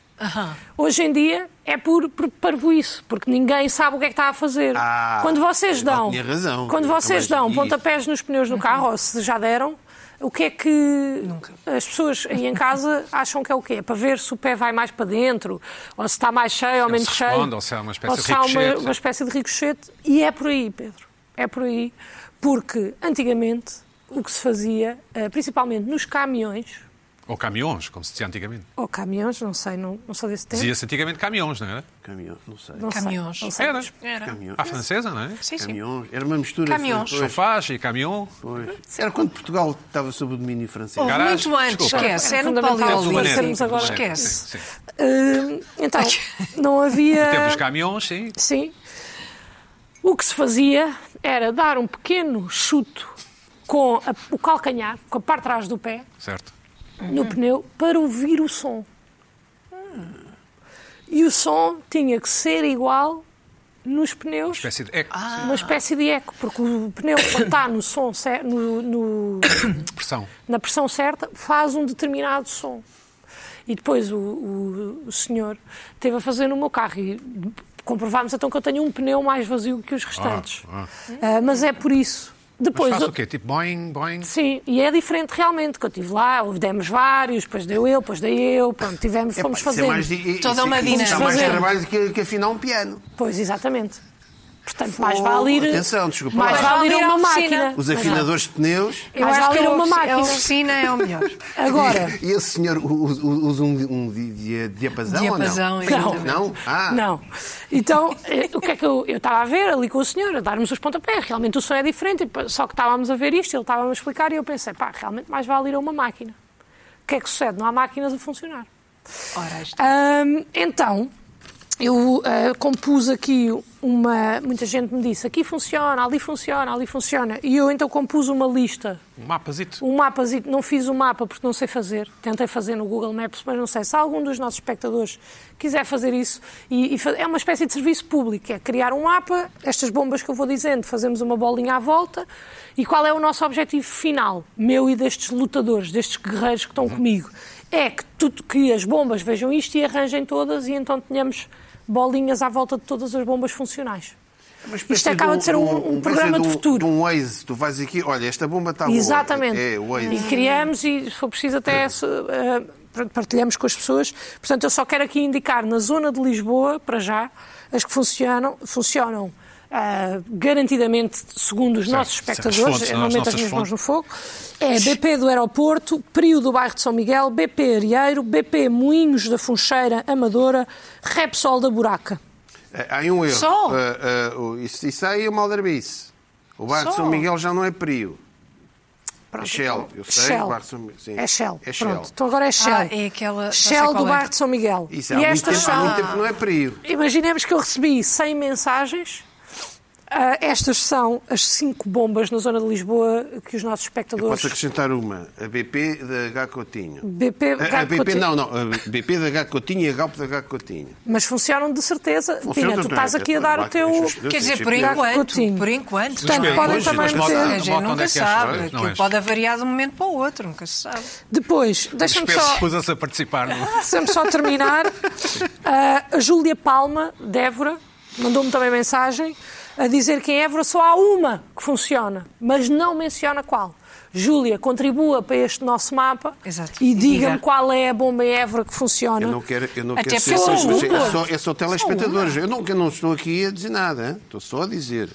Speaker 5: Hoje em dia é por, por parvoíce, porque ninguém sabe o que é que está a fazer.
Speaker 2: Ah,
Speaker 5: quando vocês
Speaker 2: ele
Speaker 5: dão,
Speaker 2: tinha razão.
Speaker 5: quando
Speaker 2: Eu
Speaker 5: vocês
Speaker 2: também
Speaker 5: dão
Speaker 2: vi isso.
Speaker 5: pontapés nos pneus do carro, ou se já deram, o que é que as pessoas aí em casa acham que é o quê? É para ver se o pé vai mais para dentro, ou se está mais cheio ou
Speaker 1: se
Speaker 5: menos cheio.
Speaker 1: responde, ou se há uma espécie
Speaker 5: Ou se
Speaker 1: de
Speaker 5: há uma-
Speaker 1: ricochete.
Speaker 5: uma espécie de ricochete. E é por aí, Pedro. É por aí. Porque antigamente o que se fazia, eh, principalmente nos caminhões,
Speaker 1: Ou caminhões, como se dizia antigamente.
Speaker 5: ou caminhões, não sei, não, não sou desse tempo.
Speaker 1: Dizia-se É, antigamente caminhões, não era?
Speaker 2: Caminhão, não sei.
Speaker 5: Não sei,
Speaker 3: Caminhões.
Speaker 5: não sei.
Speaker 1: Era.
Speaker 3: Era.
Speaker 2: Caminhões.
Speaker 1: À francesa, não é?
Speaker 3: Sim, sim.
Speaker 2: Caminhões. Era uma mistura. assim,
Speaker 3: Caminhões.
Speaker 2: depois-
Speaker 1: Chofage e caminhão.
Speaker 2: Pois. Era quando Portugal estava sob o domínio francês.
Speaker 3: Houve
Speaker 1: Garagem,
Speaker 3: muito antes,
Speaker 1: desculpa.
Speaker 3: esquece. É no
Speaker 5: Fundamental
Speaker 1: Temos
Speaker 5: esclarecermos
Speaker 3: Paulílio.
Speaker 5: agora.
Speaker 3: Esquece.
Speaker 1: Sim, sim.
Speaker 5: Eh, então, não
Speaker 1: Temos
Speaker 5: havia.
Speaker 1: caminhões, sim.
Speaker 5: Sim. O que se fazia era dar um pequeno chuto com a- o calcanhar, com a parte de trás do pé,
Speaker 1: Certo.
Speaker 5: no pneu para ouvir o som. E o som tinha que ser igual nos pneus,
Speaker 1: Espécie de é eco,
Speaker 5: uma espécie de eco, porque o pneu, quando está no som, cer- no- no,
Speaker 1: de pressão.
Speaker 5: na pressão certa, faz um determinado som. E depois o, o- o senhor teve a fazer no meu carro e comprovámos então que eu tenho um pneu mais vazio que os restantes. Ah, mas é por isso.
Speaker 1: Mas
Speaker 5: Depois,
Speaker 1: faz o quê? Tipo boing, boing.
Speaker 5: Sim, e é diferente realmente, que eu estive lá, houve- demos vários, depois deu eu, depois dei eu, pronto, tivemos, fomos
Speaker 2: Epá, isso é
Speaker 5: fazer.
Speaker 2: mais di-
Speaker 3: Toda
Speaker 2: isso é-
Speaker 3: uma
Speaker 2: isso Dá
Speaker 3: dinâmica.
Speaker 2: mais
Speaker 5: Fazer.
Speaker 2: trabalho que, que afinar um piano.
Speaker 5: Pois, exatamente. Portanto, mais
Speaker 2: Oh,
Speaker 5: vale ir,
Speaker 2: atenção, desculpa
Speaker 5: mais
Speaker 2: lá.
Speaker 5: vale ir a uma
Speaker 3: Mas vale ir à
Speaker 5: máquina.
Speaker 2: Os afinadores de pneus.
Speaker 3: Eu
Speaker 5: Mas
Speaker 3: acho que
Speaker 5: vale
Speaker 3: era
Speaker 5: uma
Speaker 3: uma máquina. A
Speaker 5: máquina.
Speaker 3: oficina é o melhor.
Speaker 5: Agora,
Speaker 2: E esse senhor usa usa um, um di- dia- diapasão,
Speaker 3: Diapasão,
Speaker 2: ou não?
Speaker 5: exatamente.
Speaker 2: Não? Ah,
Speaker 5: Não. Então, eh, o que é que eu eu estava a ver ali com o senhor, a darmos os pontapés? Realmente o som é diferente, e pá, só que estávamos a ver isto, ele estava a me explicar e eu pensei, pá, realmente mais vale ir a uma máquina. O que é que sucede? Não há máquinas a funcionar.
Speaker 3: Ora, isto.
Speaker 5: Ahm, então, eu eh, compus aqui uma. Muita gente me disse aqui funciona, ali funciona, ali funciona. E eu então compus uma lista
Speaker 1: Um mapazito.
Speaker 5: um mapazito, não fiz o mapa porque não sei fazer, tentei fazer no Google Maps, mas não sei. Se algum dos nossos espectadores quiser fazer isso, e, e fa- é uma espécie de serviço público, é criar um mapa, estas bombas que eu vou dizendo, fazemos uma bolinha à volta, e qual é o nosso objetivo final, meu e destes lutadores, destes guerreiros que
Speaker 2: Uhum.
Speaker 5: estão comigo? É que, tudo, que as bombas vejam isto e arranjem todas, e então tenhamos bolinhas à volta de todas as bombas funcionais.
Speaker 2: É Uma espécie
Speaker 5: Isto acaba de ser um, um
Speaker 2: uma espécie
Speaker 5: programa de
Speaker 2: um-
Speaker 5: futuro.
Speaker 2: Um Waze, tu vais aqui, olha, esta bomba está boa.
Speaker 5: Exatamente.
Speaker 2: É, o Waze.
Speaker 5: e criamos e, se for preciso, até se, eh, pronto, partilhamos com as pessoas. Portanto, eu só quero aqui indicar na zona de Lisboa, para já, as que funcionam, funcionam ah, garantidamente, segundo os nossos
Speaker 1: certo.
Speaker 5: espectadores,
Speaker 1: As fontes,
Speaker 5: eu
Speaker 1: não,
Speaker 5: não
Speaker 1: as
Speaker 5: meto as
Speaker 1: nossas
Speaker 5: minhas mãos
Speaker 1: fontes.
Speaker 5: no fogo, é BP do Aeroporto, Prio do Bairro de São Miguel, BP Arieiro, BP Moinhos da Funcheira Amadora, Repsol da Buraca.
Speaker 2: Eh, Há um erro.
Speaker 5: Só?
Speaker 2: Eh, eh, o- isso, isso aí é uma aldrabice. O bairro de
Speaker 5: Só?
Speaker 2: São Miguel já não é prio.
Speaker 5: Pronto, então,
Speaker 2: É Shell, eu sei,
Speaker 5: Shell.
Speaker 2: o bairro de São Miguel, sim.
Speaker 5: É Shell.
Speaker 2: É Shell.
Speaker 5: Pronto, então agora é Shell.
Speaker 3: é aquela- já sei
Speaker 5: Shell
Speaker 3: qual
Speaker 5: do
Speaker 3: é.
Speaker 5: bairro de São Miguel.
Speaker 2: Isso há,
Speaker 5: e
Speaker 2: muito
Speaker 5: estas
Speaker 2: tempo, há
Speaker 5: são.
Speaker 2: muito tempo que não é prio.
Speaker 5: Imaginemos que eu recebi 100 mensagens. Ah, estas são as cinco bombas na zona de Lisboa que os nossos espectadores.
Speaker 2: Posso acrescentar uma. A BP da H. Coutinho.
Speaker 5: BP,
Speaker 2: A, a
Speaker 5: Gato
Speaker 2: BP,
Speaker 5: Coutinho.
Speaker 2: não, não. A BP da H. Coutinho e a Galp da H. Coutinho.
Speaker 5: Mas funcionam de certeza.
Speaker 2: Funcionam,
Speaker 5: Pina, tu
Speaker 2: não é?
Speaker 5: estás aqui a
Speaker 2: É,
Speaker 5: dar
Speaker 2: claro,
Speaker 5: o teu.
Speaker 2: é justo.
Speaker 3: Quer dizer, por
Speaker 2: Gato
Speaker 3: enquanto,
Speaker 5: Coutinho.
Speaker 3: por enquanto.
Speaker 5: Portanto,
Speaker 3: Mas
Speaker 5: podem
Speaker 3: hoje,
Speaker 5: também
Speaker 3: mas
Speaker 5: meter.
Speaker 3: pode- A
Speaker 1: A
Speaker 3: gente
Speaker 1: moto onde
Speaker 3: nunca
Speaker 1: é que é
Speaker 3: sabe.
Speaker 1: hoje, não
Speaker 3: Aquilo
Speaker 1: é?
Speaker 3: pode avariar de um momento para o outro, nunca se sabe.
Speaker 5: Depois, deixa-me
Speaker 1: Espécie
Speaker 5: só.
Speaker 1: recusa-se a participar. No...
Speaker 5: Deixa-me só terminar. Ah, a Júlia Palma, de Évora, mandou-me também mensagem a dizer que em Évora só há uma que funciona, mas não menciona qual. Júlia, contribua para este nosso mapa
Speaker 3: Exato.
Speaker 5: e
Speaker 3: E
Speaker 5: diga-me
Speaker 3: diga.
Speaker 5: qual é a bomba em Évora que
Speaker 2: Eu
Speaker 5: funciona.
Speaker 2: não quero, eu não
Speaker 3: Até
Speaker 2: quero ser
Speaker 3: porque
Speaker 2: só,
Speaker 5: são
Speaker 2: mas é
Speaker 5: duas.
Speaker 2: só, é só telespectadores. Eu não, eu não estou aqui a dizer nada. hein? Estou só a dizer.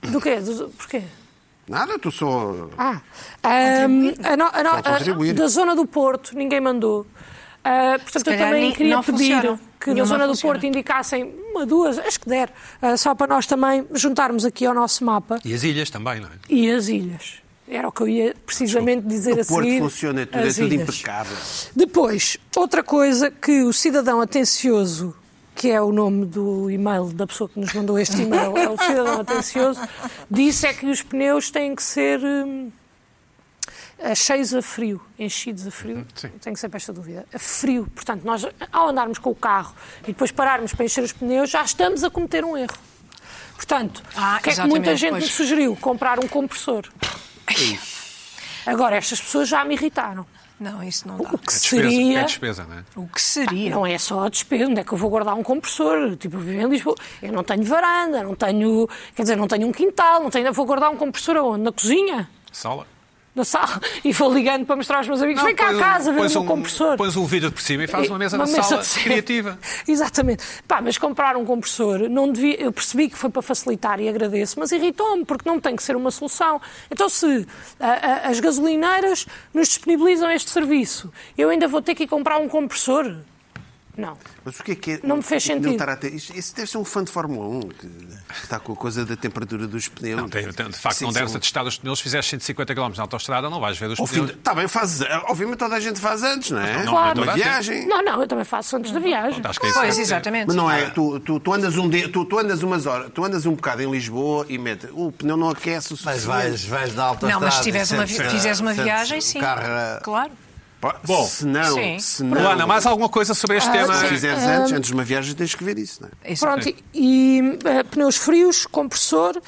Speaker 5: Do quê? Do- porquê?
Speaker 2: Nada, estou só.
Speaker 5: Ah, ahm, a no- a no-
Speaker 2: Só contribuir.
Speaker 5: a- da zona do Porto, ninguém mandou. Ah, portanto, eu
Speaker 3: calhar
Speaker 5: também
Speaker 3: nem-
Speaker 5: queria
Speaker 3: não
Speaker 5: pedir
Speaker 3: funcionam.
Speaker 5: que da
Speaker 3: Nenhuma
Speaker 5: zona do
Speaker 3: funciona.
Speaker 5: Porto indicassem uma, duas, as que der, ah, só para nós também juntarmos aqui ao nosso mapa
Speaker 1: E as ilhas também, não é?
Speaker 5: e as ilhas. Era o que eu ia precisamente dizer
Speaker 2: O
Speaker 5: a seguir.
Speaker 2: Porto funciona tudo, é
Speaker 5: as
Speaker 2: tudo
Speaker 5: ilhas.
Speaker 2: impecável.
Speaker 5: Depois, outra coisa que o cidadão atencioso, que é o nome do e-mail da pessoa que nos mandou este e-mail, é o cidadão atencioso, disse é que os pneus têm que ser hum, eh, cheios a frio, enchidos a frio.
Speaker 1: sim.
Speaker 5: Tenho sempre esta dúvida. A frio. Portanto, nós ao andarmos com o carro e depois pararmos para encher os pneus, já estamos a cometer um erro. Portanto,
Speaker 3: Ah,
Speaker 5: o que é que
Speaker 3: exatamente,
Speaker 5: muita gente
Speaker 3: pois.
Speaker 5: me sugeriu? Comprar um compressor. Agora, estas pessoas já me irritaram.
Speaker 3: Não, isso não dá.
Speaker 5: O que
Speaker 1: Despesa,
Speaker 5: seria.
Speaker 1: É despesa, não é?
Speaker 3: O que seria?
Speaker 5: Não é só a despesa, onde é que eu vou guardar um compressor? Tipo, eu vivo em Lisboa, eu não tenho varanda, não tenho, quer dizer, não tenho um quintal, não tenho, vou guardar um compressor aonde? Na cozinha?
Speaker 1: Sala.
Speaker 5: Na sala? E vou ligando para mostrar aos meus amigos, vem cá
Speaker 1: Não,
Speaker 5: a
Speaker 1: pões
Speaker 5: casa
Speaker 1: um-
Speaker 5: ver o
Speaker 1: pões
Speaker 5: meu
Speaker 1: um-
Speaker 5: compressor. É,
Speaker 1: Pões um vidro por cima e fazes uma mesa na sala
Speaker 5: de ser.
Speaker 1: criativa.
Speaker 5: Exatamente. Pá, mas comprar um compressor, não devia, eu percebi que foi para facilitar e agradeço, mas irritou-me, porque não tem que ser uma solução. Então, se a- a- as gasolineiras nos disponibilizam este serviço, eu ainda vou ter que ir comprar um compressor? Não.
Speaker 2: Mas o que é que é.
Speaker 5: Não me fez sentido.
Speaker 2: estar a ter- isso, isso deve ser um fã de Fórmula 1 que, que está com a coisa da temperatura dos pneus.
Speaker 1: Não, tem- tem- de facto,
Speaker 2: Sim,
Speaker 1: não deves
Speaker 2: são-
Speaker 1: a testar os pneus. Se fizeres 150 km na autostrada, não vais ver os
Speaker 2: Ao fim
Speaker 1: pneus.
Speaker 2: de- Está bem, fazes. Obviamente toda a gente faz antes, não é?
Speaker 1: Não, não,
Speaker 5: Claro. não é
Speaker 2: Uma
Speaker 1: toda a
Speaker 2: viagem.
Speaker 5: Não, não, eu também faço antes da viagem.
Speaker 1: Acho que é isso que
Speaker 3: Pois,
Speaker 1: deve ser.
Speaker 3: exatamente.
Speaker 2: Mas não é, tu, tu, tu andas um dia, tu, tu andas umas horas, tu andas um bocado em Lisboa e mete, o pneu não aquece o
Speaker 4: Mas
Speaker 2: suficiente.
Speaker 4: vais, vais na autostrada.
Speaker 3: Não, mas se
Speaker 4: e
Speaker 3: tiveres uma, vi-
Speaker 4: sentes,
Speaker 3: fizeres uma
Speaker 4: sentes
Speaker 3: viagem,
Speaker 4: o
Speaker 3: sim.
Speaker 4: carro é a-
Speaker 3: Claro.
Speaker 2: Bom,
Speaker 1: Bom.
Speaker 2: se não,
Speaker 3: Sim.
Speaker 2: se não,
Speaker 1: Luana, mais alguma coisa sobre
Speaker 5: Ah,
Speaker 1: este tema?
Speaker 2: se fizeres antes, antes de uma viagem tens que ver isso, não é?
Speaker 3: Isso.
Speaker 5: Pronto, e, e, eh, pneus frios, compressor.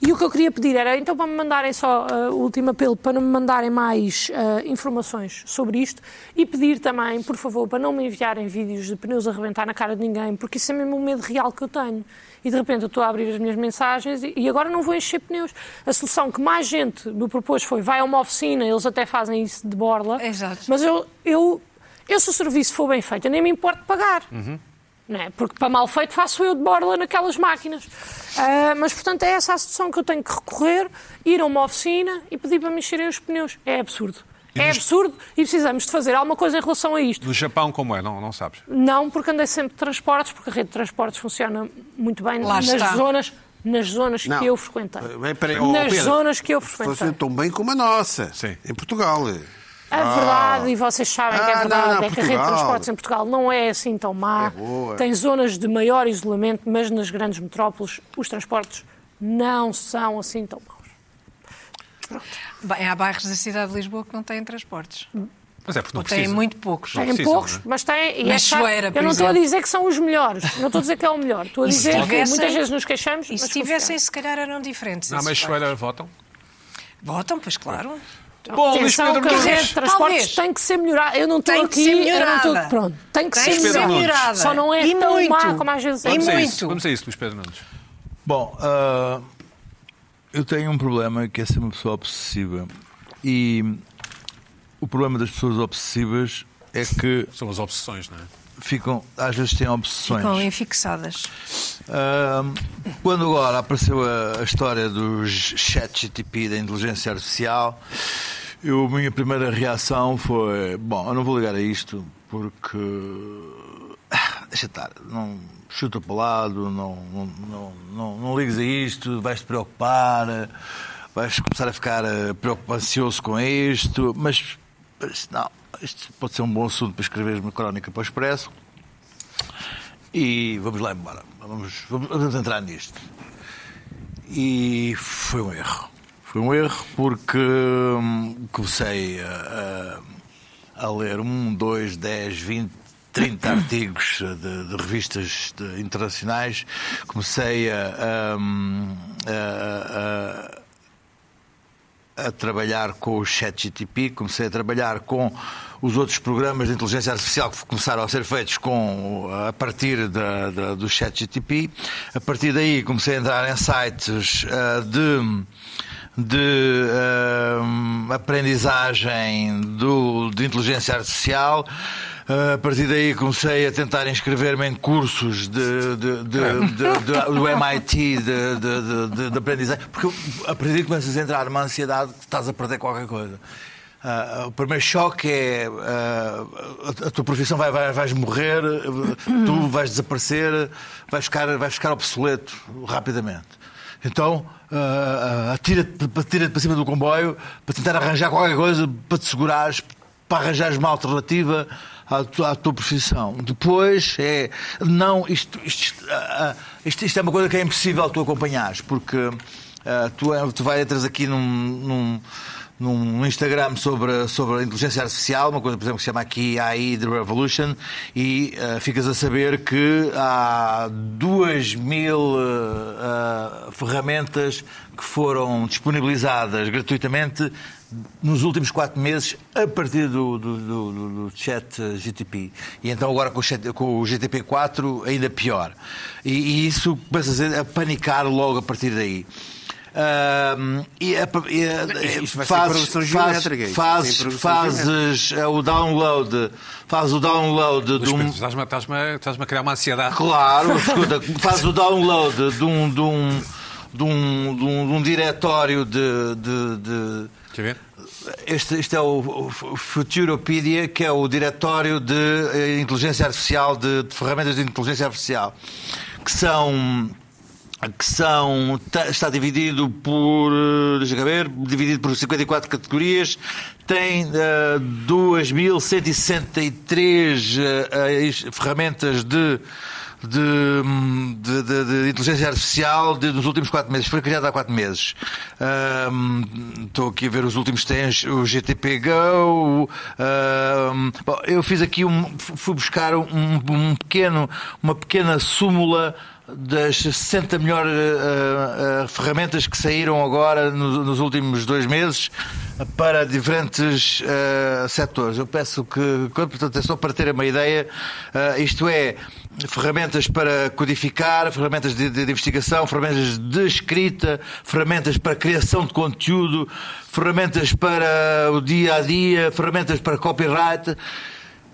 Speaker 5: E o que eu queria pedir era, então, para me mandarem só eh, o último apelo, para me mandarem mais eh, informações sobre isto e pedir também, por favor, para não me enviarem vídeos de pneus a arrebentar na cara de ninguém, porque isso é mesmo o medo real que eu tenho. E de repente eu estou a abrir as minhas mensagens e, e agora não vou encher pneus. A solução que mais gente me propôs foi: vai a uma oficina, eles até fazem isso de borla.
Speaker 3: Exato.
Speaker 5: Mas eu, eu, eu, se o serviço for bem feito, eu nem me importo de pagar. Não é? Porque para mal feito faço eu de borla naquelas máquinas. Ah, mas, portanto, é essa a solução que eu tenho que recorrer, ir a uma oficina e pedir para me encherem os pneus. É absurdo.
Speaker 1: E
Speaker 5: É
Speaker 1: nos-
Speaker 5: absurdo e precisamos de fazer alguma coisa em relação a isto.
Speaker 1: No Japão, como é? Não, não sabes.
Speaker 5: Não porque andei sempre de transportes, porque a rede de transportes funciona muito bem
Speaker 3: Lá
Speaker 5: nas
Speaker 3: está.
Speaker 5: zonas, nas zonas
Speaker 2: Não. Eh,
Speaker 5: que eu frequentei.
Speaker 2: Bem, peraí, ó,
Speaker 5: nas
Speaker 2: Pedro,
Speaker 5: zonas que eu
Speaker 2: Funciona
Speaker 5: frequentei.
Speaker 2: tão bem como a nossa,
Speaker 1: Sim.
Speaker 2: em Portugal.
Speaker 5: A É verdade, e vocês sabem que é
Speaker 2: Ah, não,
Speaker 5: verdade,
Speaker 2: não,
Speaker 5: é que a rede de
Speaker 2: Portugal.
Speaker 5: transportes em Portugal não é assim tão má.
Speaker 2: É boa.
Speaker 5: Tem zonas de maior isolamento, mas nas grandes metrópoles os transportes não são assim tão maus.
Speaker 3: Bem, há bairros da cidade de Lisboa que não têm transportes.
Speaker 1: Mas é porque não
Speaker 3: Ou têm
Speaker 1: precisa.
Speaker 3: muito poucos.
Speaker 1: Não
Speaker 5: Têm
Speaker 1: precisam,
Speaker 5: poucos,
Speaker 1: não é?
Speaker 5: mas têm. e
Speaker 3: Na
Speaker 5: é chato.
Speaker 3: Choeira, por
Speaker 5: Eu não estou a
Speaker 3: exemplo.
Speaker 5: dizer que são os melhores, não estou a dizer que é o melhor. Estou a
Speaker 3: E se
Speaker 5: dizer que
Speaker 3: tivessem-
Speaker 5: muitas vezes nos queixamos.
Speaker 3: E se
Speaker 5: mas
Speaker 3: tivessem, se calhar eram diferentes.
Speaker 1: Na
Speaker 3: esses
Speaker 1: Meixoeira Ah, votam?
Speaker 3: bairros. Votam, pois claro.
Speaker 1: Bom, Luís
Speaker 5: Então, Atenção,
Speaker 1: Pedro
Speaker 5: que a rede
Speaker 1: Nunes.
Speaker 5: de transportes
Speaker 3: Talvez.
Speaker 5: tem que ser melhorada. Eu não estou
Speaker 3: Tem que
Speaker 5: aqui,
Speaker 3: ser
Speaker 5: eu não estou-
Speaker 3: melhorada.
Speaker 5: pronto. Tem que
Speaker 3: Tem
Speaker 5: ser
Speaker 3: que ser
Speaker 5: melhorada.
Speaker 3: melhorada.
Speaker 5: Só não é
Speaker 3: E
Speaker 5: tão
Speaker 3: muito.
Speaker 5: má como às vezes é.
Speaker 3: E
Speaker 1: Vamos a isso,
Speaker 3: muito.
Speaker 1: vamos a isso, Luís Pedro Nunes.
Speaker 4: Bom, ah, eu tenho um problema que é ser uma pessoa obsessiva. E o problema das pessoas obsessivas é que
Speaker 1: São as obsessões, não é?
Speaker 4: ficam, às vezes têm obsessões.
Speaker 3: Ficam infixadas.
Speaker 4: Ah, quando agora apareceu a, a história dos chat GTP da inteligência artificial, eu, a minha primeira reação foi: bom, eu não vou ligar a isto porque. ah, Deixa estar, não chuta para o lado, não, não, não, não, não ligues a isto, vais te preocupar, ah, vais começar a ficar ah, preocupa- ansioso com isto, mas, mas não, isto pode ser um bom assunto para escreveres uma crónica para o Expresso. E vamos lá embora. Vamos, vamos, vamos entrar nisto. E foi um erro. Foi um erro porque hum, comecei a, a- a ler um, dois, dez, vinte, 30 artigos de, de revistas de- internacionais. Comecei a- a- a- a, a trabalhar com o ChatGTP, comecei a trabalhar com os outros programas de inteligência artificial que começaram a ser feitos com, a partir da, da, do ChatGTP. A partir daí comecei a entrar em sites ah, de, de ah, aprendizagem do, de inteligência artificial. Ah, a partir daí comecei a tentar inscrever-me em cursos de, de- de- de- de- do MIT, de, de- de- de- de aprendizagem, porque a partir daí começas a entrar numa ansiedade que estás a perder qualquer coisa. Ah, o primeiro choque é ah, a, a tua profissão vai, vai- vais morrer, tu vais desaparecer, vais ficar, vais ficar obsoleto rapidamente. Então ah, ah, atira-te atira para cima do comboio para tentar arranjar qualquer coisa para te segurares, para arranjares uma alternativa à tua, à tua profissão. Depois é. Não, isto, isto, ah, ah, isto, isto é uma coisa que é impossível tu acompanhares, porque ah, tu, é- tu vai entras aqui num. num num Instagram sobre, sobre a inteligência artificial, uma coisa, por exemplo, que se chama aqui AI The Revolution, e ah, ficas a saber que há duas mil ah, ferramentas que foram disponibilizadas gratuitamente nos últimos quatro meses a partir do, do, do- do- do chat eh, GTP. E então agora com o, chat- com o GTP 4 ainda pior. E, e isso começas a, a panicar logo a partir daí. Ahm, e a- e a-
Speaker 2: Isto vai ser
Speaker 4: fazes,
Speaker 2: progressão geométrica,
Speaker 4: fazes,
Speaker 2: isto vai
Speaker 4: fazes,
Speaker 2: ser progressão
Speaker 4: fazes eh, o download, fazes o download de
Speaker 1: Luís Pedro,
Speaker 4: um,
Speaker 1: estás-me estás-me- estás-me a criar uma ansiedade.
Speaker 4: Claro, escuta, faz o download de um, de um, de um, de um, de um diretório de. de- de-
Speaker 1: Deixa eu ver.
Speaker 4: Este, este é o, o Futuropedia, que é o diretório de eh, inteligência artificial, de, de ferramentas de inteligência artificial, que são. Que são, tá- está dividido por, eh, deixa eu ver, dividido por 54 categorias, tem eh, 2.163 eh, eh, is- ferramentas de, de, de- de- de inteligência artificial de- dos últimos quatro meses. Foi criada há quatro meses. Ahm, Estou aqui a ver os últimos. Tens o GTP Go. o, ahm, bom, eu fiz aqui um. Fui buscar um, um pequeno, uma pequena súmula das 60 melhores ah, ah, ferramentas que saíram agora no- nos últimos dois meses para diferentes ah, setores. Eu peço que, portanto, é só para ter uma ideia, ah, isto é, ferramentas para codificar, ferramentas de, de investigação, ferramentas de escrita, ferramentas para criação de conteúdo, ferramentas para o dia a dia, ferramentas para copyright.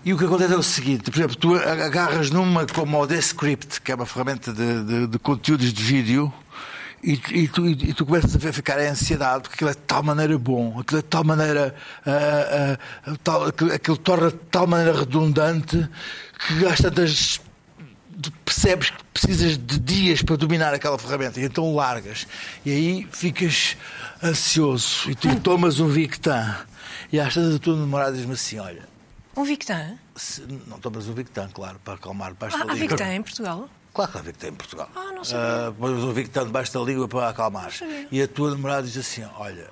Speaker 4: E o que acontece é o seguinte, por exemplo, tu agarras numa como o Descript, que é uma ferramenta de, de- de conteúdos de vídeo, e, tu- e tu, e tu começas a ver ficar em ansiedade, porque aquilo é de tal maneira bom, aquilo é de tal maneira. ah, ah, tal- aquilo, aquilo torna de tal maneira redundante que às tantas tu percebes que precisas de dias para dominar aquela ferramenta e então largas e aí ficas ansioso e tu tomas um Victan E às tantas a tua namorada diz-me assim: olha,
Speaker 3: Um Victan?
Speaker 4: se- não tomas um Victan, claro, para acalmar baixo
Speaker 3: Ah,
Speaker 4: da
Speaker 3: há
Speaker 4: língua.
Speaker 3: Victan em Portugal?
Speaker 4: Claro que há Victan em Portugal.
Speaker 3: Ah, não sabia.
Speaker 4: Ah, Pões um Victan debaixo da língua para acalmar.
Speaker 3: sabia.
Speaker 4: E a tua namorada diz assim: olha,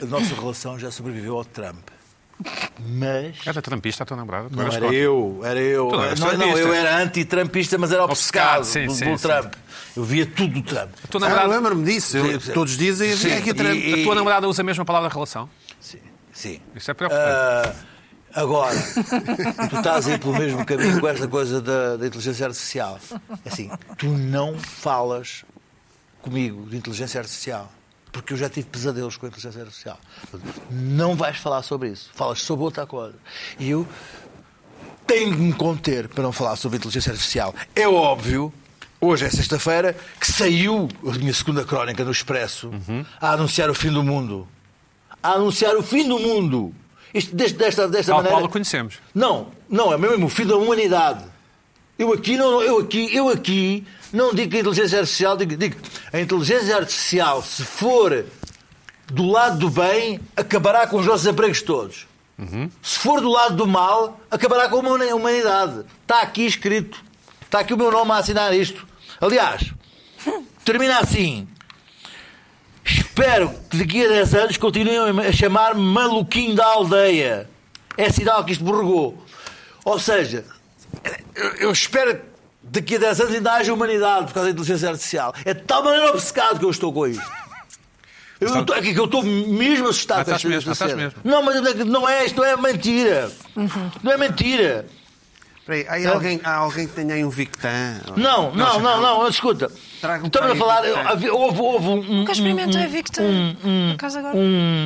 Speaker 4: a nossa relação já sobreviveu ao Trump. Mas.
Speaker 1: Era É trampista a tua namorada? Tu
Speaker 4: Não
Speaker 1: eras
Speaker 4: era
Speaker 1: contra.
Speaker 4: eu, era eu.
Speaker 1: Tu não eras
Speaker 4: Não, não,
Speaker 1: trampista.
Speaker 4: eu era anti-trampista, mas era obcecado
Speaker 1: Obcecado, sim,
Speaker 4: pelo
Speaker 1: sim,
Speaker 4: pelo
Speaker 1: sim.
Speaker 4: Trump. Eu via tudo do Trump.
Speaker 1: A tua
Speaker 2: Ah, eu
Speaker 1: namorada,
Speaker 2: lembro-me disso. Eu-
Speaker 4: Sim.
Speaker 2: todos os dias ia
Speaker 4: Sim.
Speaker 2: é que
Speaker 4: E-
Speaker 1: a tua namorada usa a mesma palavra relação?
Speaker 4: Sim. sim.
Speaker 1: Isso é preocupante.
Speaker 4: Ah, agora, tu estás aí pelo mesmo caminho com esta coisa da, da inteligência artificial. Assim, tu não falas comigo de inteligência artificial. Porque eu já tive pesadelos com a inteligência artificial. Portanto, Não vais falar sobre isso. Falas sobre outra coisa. E eu tenho de me conter para não falar sobre inteligência artificial. É óbvio, hoje é sexta-feira, que saiu a minha segunda crónica no Expresso a anunciar o fim do mundo. A anunciar o fim do mundo. Isto deste- desta, desta
Speaker 1: Tal
Speaker 4: maneira.
Speaker 1: qual o conhecemos.
Speaker 4: Não, não, é mesmo o fim da humanidade. Eu aqui, não, eu aqui, eu aqui não digo que a inteligência artificial, digo, digo a inteligência artificial, se for do lado do bem, acabará com os nossos empregos todos. Se for do lado do mal, acabará com a humani- humanidade. Está aqui escrito. Está aqui o meu nome a assinar isto. Aliás, termina assim. Espero que daqui a 10 anos continuem a chamar-me maluquinho da aldeia. É sinal que isto borregou. Ou seja, eu- eu espero que daqui a 10 anos ainda haja humanidade por causa da inteligência artificial. É de tal maneira obcecado que eu estou com isto. Eu estou aqui que eu estou mesmo assustado
Speaker 1: Mas estás
Speaker 4: com esta-
Speaker 1: mesmo,
Speaker 4: esta
Speaker 1: estás
Speaker 4: cena.
Speaker 1: mesmo.
Speaker 4: Não, mas é que não é, isto não é mentira. Não é mentira.
Speaker 2: Peraí, há, alguém, há alguém que tenha aí um Victan?
Speaker 4: Não, não, não, não, escuta.
Speaker 2: Traga um
Speaker 4: Estamos a
Speaker 2: pai-
Speaker 4: falar, havia- houve, houve um.
Speaker 3: Nunca experimentei Victan. Por acaso agora.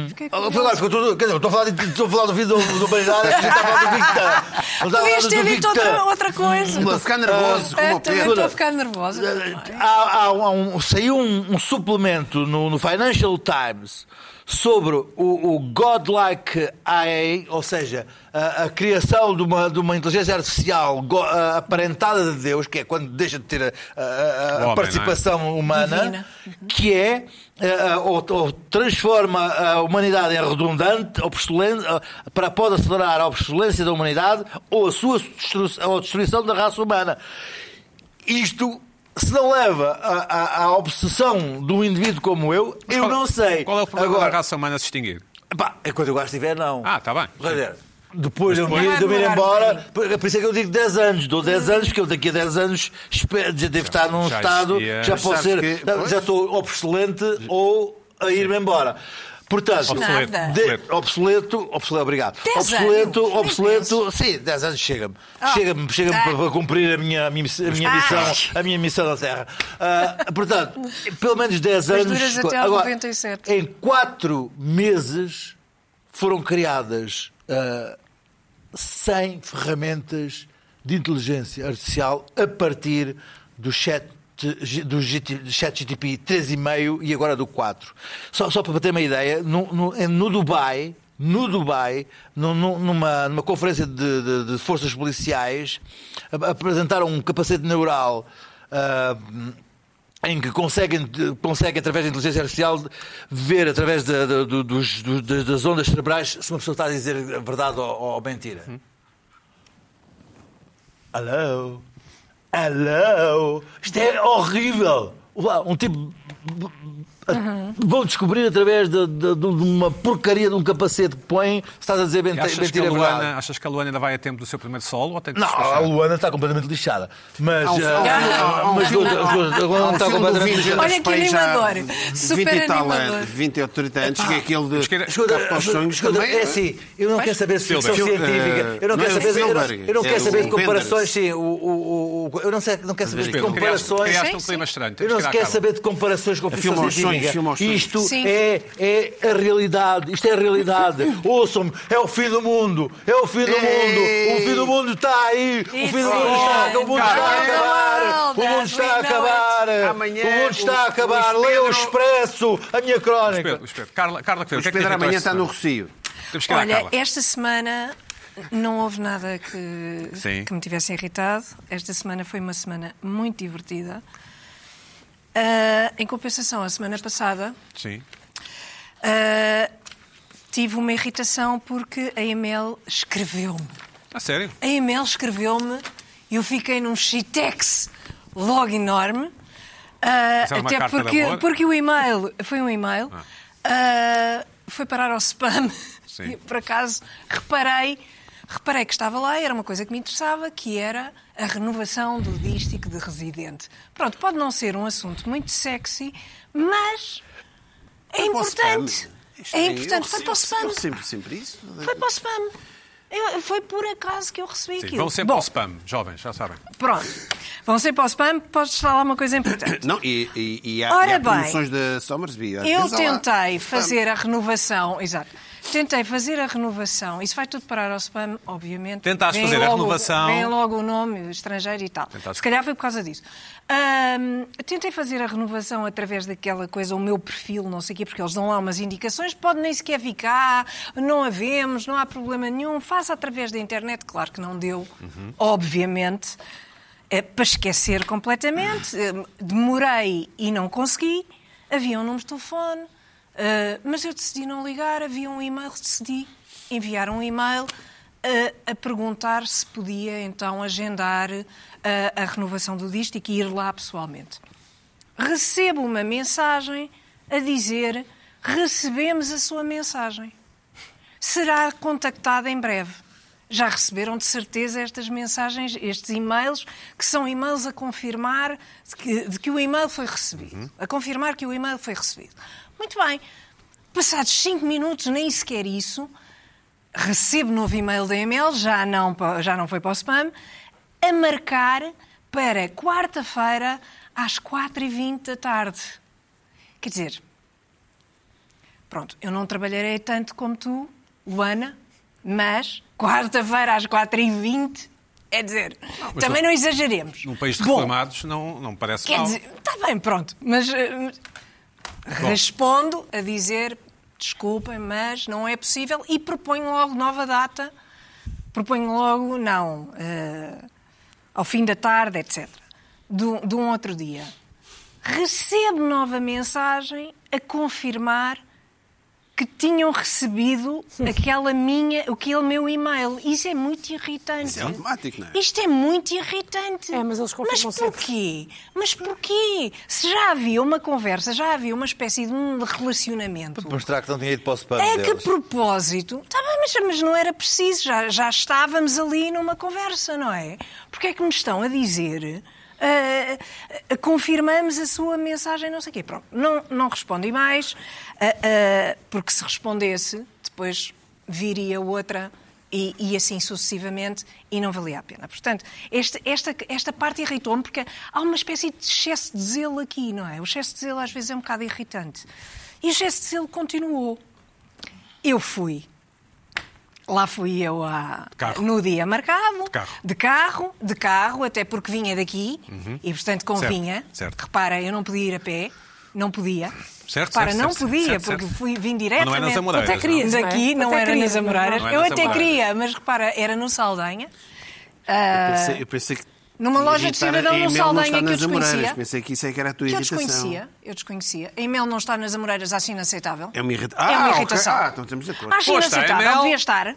Speaker 3: Fiquei
Speaker 4: Ah,
Speaker 3: curiosa.
Speaker 4: Foi agora, ficou tudo. Quer dizer, eu estou a falar, de, estou a falar do vídeo do, do Bernardo, é que já está a falar do Victor. Eu estava a falar
Speaker 3: Podias
Speaker 4: do
Speaker 3: ter dito outra,
Speaker 4: Victor.
Speaker 3: outra coisa.
Speaker 2: Estou a ficar nervoso, como
Speaker 3: É,
Speaker 2: o
Speaker 3: também
Speaker 2: Pedro.
Speaker 3: estou a ficar nervosa.
Speaker 4: Há- há um- há um- saiu um, um suplemento no, no Financial Times sobre o, o Godlike AI, ou seja, a, a criação de uma, de uma inteligência artificial go- a- aparentada de Deus, que é quando deixa de ter a, a- a- a
Speaker 1: Homem, não é?
Speaker 4: participação humana,
Speaker 3: Divina.
Speaker 4: que é eh, ou, ou transforma a humanidade em redundante obsolen- eh, para pode acelerar a obsolescência da humanidade ou a sua destru- ou a destruição da raça humana. Isto se não leva à, à- à obsessão de um indivíduo como eu, eu
Speaker 1: Qual-
Speaker 4: não sei.
Speaker 1: Qual é o problema
Speaker 4: Agora,
Speaker 1: da raça humana se extinguir?
Speaker 4: Pá, enquanto eu gasto estiver, não.
Speaker 1: Ah, está bem.
Speaker 4: Quer dizer, Depois de eu
Speaker 3: depois-
Speaker 4: me de eu me ir
Speaker 3: Vai
Speaker 4: embora,
Speaker 3: demorar
Speaker 4: por por isso é que eu digo 10 anos, dou 10 anos, porque eu daqui a 10 anos espero- já devo estar num
Speaker 1: já
Speaker 4: estado,
Speaker 1: existia.
Speaker 4: já
Speaker 1: Mas
Speaker 4: posso
Speaker 2: sabes
Speaker 4: ser,
Speaker 2: que-
Speaker 4: já-
Speaker 2: pois.
Speaker 4: já estou obsolente ou a ir-me embora. Portanto,
Speaker 1: Obsoleto.
Speaker 3: Nada.
Speaker 4: de- obsoleto, obsoleto, obrigado.
Speaker 3: Dez
Speaker 4: obsoleto,
Speaker 3: anos?
Speaker 4: obsoleto, sim, 10 anos chega-me. Chega-me chega
Speaker 3: Ah.
Speaker 4: para, para cumprir a minha, a minha, miss- a minha
Speaker 3: Ah.
Speaker 4: missão, a minha missão na Terra. Ah, portanto, pelo menos 10
Speaker 3: Mas
Speaker 4: anos.
Speaker 3: duras até aos
Speaker 4: Agora,
Speaker 3: 97.
Speaker 4: Em 4 meses foram criadas ah, 100 ferramentas de inteligência artificial a partir do chat do GT chat GTP 3,5 e agora do 4. Só, só para ter uma ideia, no, no, em- no Dubai, no Dubai, num- num- numa, numa conferência de, de- de forças policiais, ap- apresentaram um capacete neural ah, em que conseguem, conseguem, através da inteligência artificial, ver através da- da- do- dos- do- das- das ondas cerebrais se uma pessoa está a dizer a verdade ou, ou mentira. Hello? Hello? Isto é horrível! Uau, Um tipo.
Speaker 2: Uhum.
Speaker 4: Vão descobrir através de, de- de uma porcaria de um capacete que põem se estás a dizer
Speaker 1: E
Speaker 4: mentira.
Speaker 1: Achas que, a
Speaker 4: mentira ou verdade.
Speaker 1: Luana, achas que a Luana ainda vai a tempo do seu primeiro solo ou tem que
Speaker 4: Não,
Speaker 1: se
Speaker 4: a
Speaker 1: despachar?
Speaker 4: Luana está completamente lixada. Mas.
Speaker 2: Há um- há um
Speaker 4: ah,
Speaker 2: filme- há um
Speaker 4: mas
Speaker 2: filme-
Speaker 4: a Luana- a
Speaker 2: Há
Speaker 4: Luana
Speaker 2: um
Speaker 4: está
Speaker 2: filme do
Speaker 4: completamente
Speaker 2: Virgem
Speaker 4: lixada.
Speaker 3: Olha
Speaker 2: das
Speaker 3: que
Speaker 2: Pais já
Speaker 3: animador,
Speaker 2: 20 e tal
Speaker 3: super-animador.
Speaker 2: anos, 20 ou 30 anos, que é aquele de
Speaker 1: Esquerda-
Speaker 4: Escuta,
Speaker 2: escapa aos sonhos
Speaker 4: escuta,
Speaker 2: também.
Speaker 4: é assim, eu não quero saber se ficção
Speaker 1: Spielberg.
Speaker 4: científica, eu não
Speaker 2: Não
Speaker 4: quero
Speaker 2: é o
Speaker 4: saber, eu não,
Speaker 2: Spielberg,
Speaker 4: eu não
Speaker 2: é
Speaker 4: quero
Speaker 2: o
Speaker 4: saber de
Speaker 2: Bender.
Speaker 4: comparações, sim, o, o, o- o- eu não, sei, não quero saber de
Speaker 1: Pedro,
Speaker 4: comparações.
Speaker 1: Criaste, criaste
Speaker 3: Sim,
Speaker 1: um clima estranho.
Speaker 4: Eu
Speaker 1: Tens
Speaker 4: não
Speaker 1: que ir à
Speaker 4: quero
Speaker 1: cama.
Speaker 4: saber de comparações com ficção
Speaker 2: filma É aos sonhos,
Speaker 4: científica.
Speaker 2: filma aos sonhos.
Speaker 4: Isto
Speaker 3: Sim.
Speaker 4: é, é a realidade. Isto é a realidade. Ouçam-me. É o fim do mundo. É o fim do mundo. O fim do mundo está aí. O fim do
Speaker 3: It's
Speaker 4: mundo está. O mundo está a
Speaker 3: gone.
Speaker 4: acabar. O
Speaker 3: Well,
Speaker 4: mundo está a
Speaker 3: we know it.
Speaker 4: acabar.
Speaker 2: Amanhã
Speaker 4: O mundo está a
Speaker 2: o-
Speaker 4: acabar.
Speaker 2: o Luís
Speaker 4: Leia o
Speaker 2: Pedro-
Speaker 4: Expresso. A minha crónica.
Speaker 1: Espera, espera. Carla, Carla Quevedo,
Speaker 2: Mas
Speaker 1: o que é que
Speaker 2: Pedro
Speaker 1: te
Speaker 2: amanhã
Speaker 1: irritou
Speaker 2: está
Speaker 1: esta
Speaker 2: no
Speaker 1: semana?
Speaker 2: Recio.
Speaker 1: Temos que ir à
Speaker 3: Olha,
Speaker 1: Carla.
Speaker 3: esta semana não houve nada que,
Speaker 1: Sim.
Speaker 3: que me tivesse irritado. Esta semana foi uma semana muito divertida. é- Ah, em compensação, a semana passada
Speaker 1: Sim.
Speaker 3: ah, tive uma irritação porque a Emel escreveu-me.
Speaker 1: A sério?
Speaker 3: A Emel escreveu-me e eu fiquei num shitex logo enorme. Ah,
Speaker 1: Isso era uma
Speaker 3: até
Speaker 1: carta de
Speaker 3: porque,
Speaker 1: amor?
Speaker 3: porque o e-mail foi um e-mail, ah, foi parar ao spam.
Speaker 1: Sim.
Speaker 3: E, por acaso reparei, reparei que estava lá e era uma coisa que me interessava, que era a renovação do dístico de residente. Pronto, pode não ser um assunto muito sexy, mas é
Speaker 2: Foi para o
Speaker 3: importante.
Speaker 2: spam. Isto
Speaker 3: É
Speaker 2: eu
Speaker 3: importante, foi para o
Speaker 2: recebo- eu
Speaker 3: spam.
Speaker 2: recebo sempre isso.
Speaker 3: Foi para o spam. Eu- foi por acaso é que eu recebi
Speaker 1: Sim,
Speaker 3: aquilo.
Speaker 1: vão sempre
Speaker 3: Bom,
Speaker 1: ao spam, jovens, já sabem.
Speaker 3: Pronto. Vão sempre ao spam, podes falar uma coisa importante.
Speaker 2: Não, e, e, e há,
Speaker 3: Ora
Speaker 2: e há
Speaker 3: bem,
Speaker 2: promoções da Somersby. às
Speaker 3: Eu
Speaker 2: vezes há lá.
Speaker 3: tentei fazer a renovação, exato. Tentei fazer a renovação. Isso vai tudo parar ao spam, obviamente.
Speaker 1: Tentaste
Speaker 3: Vem
Speaker 1: fazer a
Speaker 3: logo-
Speaker 1: renovação.
Speaker 3: Vem logo o nome estrangeiro e tal.
Speaker 1: Tentaste.
Speaker 3: Se calhar foi por causa disso. Ahm, tentei fazer a renovação através daquela coisa, o meu perfil, não sei o quê, porque eles dão lá umas indicações, pode nem sequer ficar, não a vemos, não há problema nenhum. Faça através da internet, claro que não deu, obviamente. É, para esquecer completamente. Eh, Demorei e não consegui. Havia um número de telefone, eh, mas eu decidi não ligar. Havia um e-mail, decidi enviar um e-mail eh, a perguntar se podia então agendar eh, a renovação do dístico e ir lá pessoalmente. Recebo uma mensagem a dizer: recebemos a sua mensagem será contactada em breve. Já receberam de certeza estas mensagens, estes e-mails, que são e-mails a confirmar que- de que o e-mail foi recebido. A confirmar que o e-mail foi recebido. Muito bem. Passados cinco minutos, nem sequer isso, recebo novo e-mail da EML, já não, pa- já não foi para o spam, a marcar para quarta-feira às 4h20 da tarde. Quer dizer, Pronto, eu não trabalharei tanto como tu, Luana, mas quarta-feira às 4h20, é dizer, também
Speaker 1: não-
Speaker 3: não, exageremos.
Speaker 1: Num país de
Speaker 3: Bom,
Speaker 1: reclamados não, não parece
Speaker 3: Quer
Speaker 1: mal.
Speaker 3: dizer, está bem, pronto, mas eh, respondo a dizer desculpem, mas não é possível e proponho logo nova data, proponho logo, não, eh, ao fim da tarde, etc., do- de um outro dia. Recebo nova mensagem a confirmar que tinham recebido
Speaker 2: Hum.
Speaker 3: aquela minha, aquele meu e-mail. Isso é muito irritante.
Speaker 2: Isso é automático, não é?
Speaker 3: Isto é muito irritante.
Speaker 5: É, mas eles confirmam
Speaker 3: Mas porquê? Mas porquê? Se já havia uma conversa, já havia uma espécie de um relacionamento.
Speaker 6: Mostrar que não tinha ido para o spam
Speaker 3: A É que
Speaker 6: deles.
Speaker 3: propósito? Tá bem, mas, mas não era preciso, já, já estávamos ali numa conversa, não é? Porque é que me estão a dizer? ah, ah, confirmamos a sua mensagem, não sei o quê. Pronto, não, não respondi mais, ah, ah, porque se respondesse, depois viria outra e, e assim sucessivamente, e não valia a pena. Portanto, este- esta, esta parte irritou-me, porque há uma espécie de excesso de zelo aqui, não é? O excesso de zelo às vezes é um bocado irritante. E o excesso de zelo continuou. Eu fui. Lá fui eu a,
Speaker 1: carro.
Speaker 3: no dia marcado.
Speaker 1: De carro.
Speaker 3: De carro, de carro, até porque vinha daqui e, portanto, convinha.
Speaker 1: Uhum. Certo, certo.
Speaker 3: Repara, eu não podia ir a pé. Não podia.
Speaker 1: Certo,
Speaker 3: Repara,
Speaker 1: certo,
Speaker 3: não
Speaker 1: certo,
Speaker 3: podia,
Speaker 1: certo,
Speaker 3: porque
Speaker 1: certo.
Speaker 3: fui,
Speaker 1: é
Speaker 3: vim
Speaker 1: nas
Speaker 3: diretamente.
Speaker 1: Amoreiras,
Speaker 5: Tu até querias, não é?
Speaker 3: daqui,
Speaker 5: Tu
Speaker 3: não
Speaker 5: até
Speaker 3: era
Speaker 5: querias,
Speaker 3: nas Amoreiras.
Speaker 1: não é?
Speaker 3: eu
Speaker 1: Não é nas
Speaker 3: até
Speaker 1: Amoreiras.
Speaker 3: queria, mas repara, era no Saldanha.
Speaker 2: Eu pensei- eu pensei que
Speaker 3: eh, Numa loja de
Speaker 2: irritar a
Speaker 3: cidadão no
Speaker 2: Emel não
Speaker 3: Saldanha
Speaker 2: está
Speaker 3: que eu
Speaker 2: nas Amoreiras.
Speaker 3: desconhecia.
Speaker 2: Pensei que isso é que era a tua
Speaker 3: Que eu
Speaker 2: irritação.
Speaker 3: desconhecia, eu desconhecia. A Emel não está nas Amoreiras, acho inaceitável.
Speaker 2: É uma, irrita...
Speaker 3: é
Speaker 2: Ah,
Speaker 3: uma
Speaker 2: ok.
Speaker 3: irritação.
Speaker 2: Ah, então estamos de acordo.
Speaker 3: Acho
Speaker 1: Foste à
Speaker 3: inaceitável,
Speaker 1: Emel.
Speaker 3: devia estar.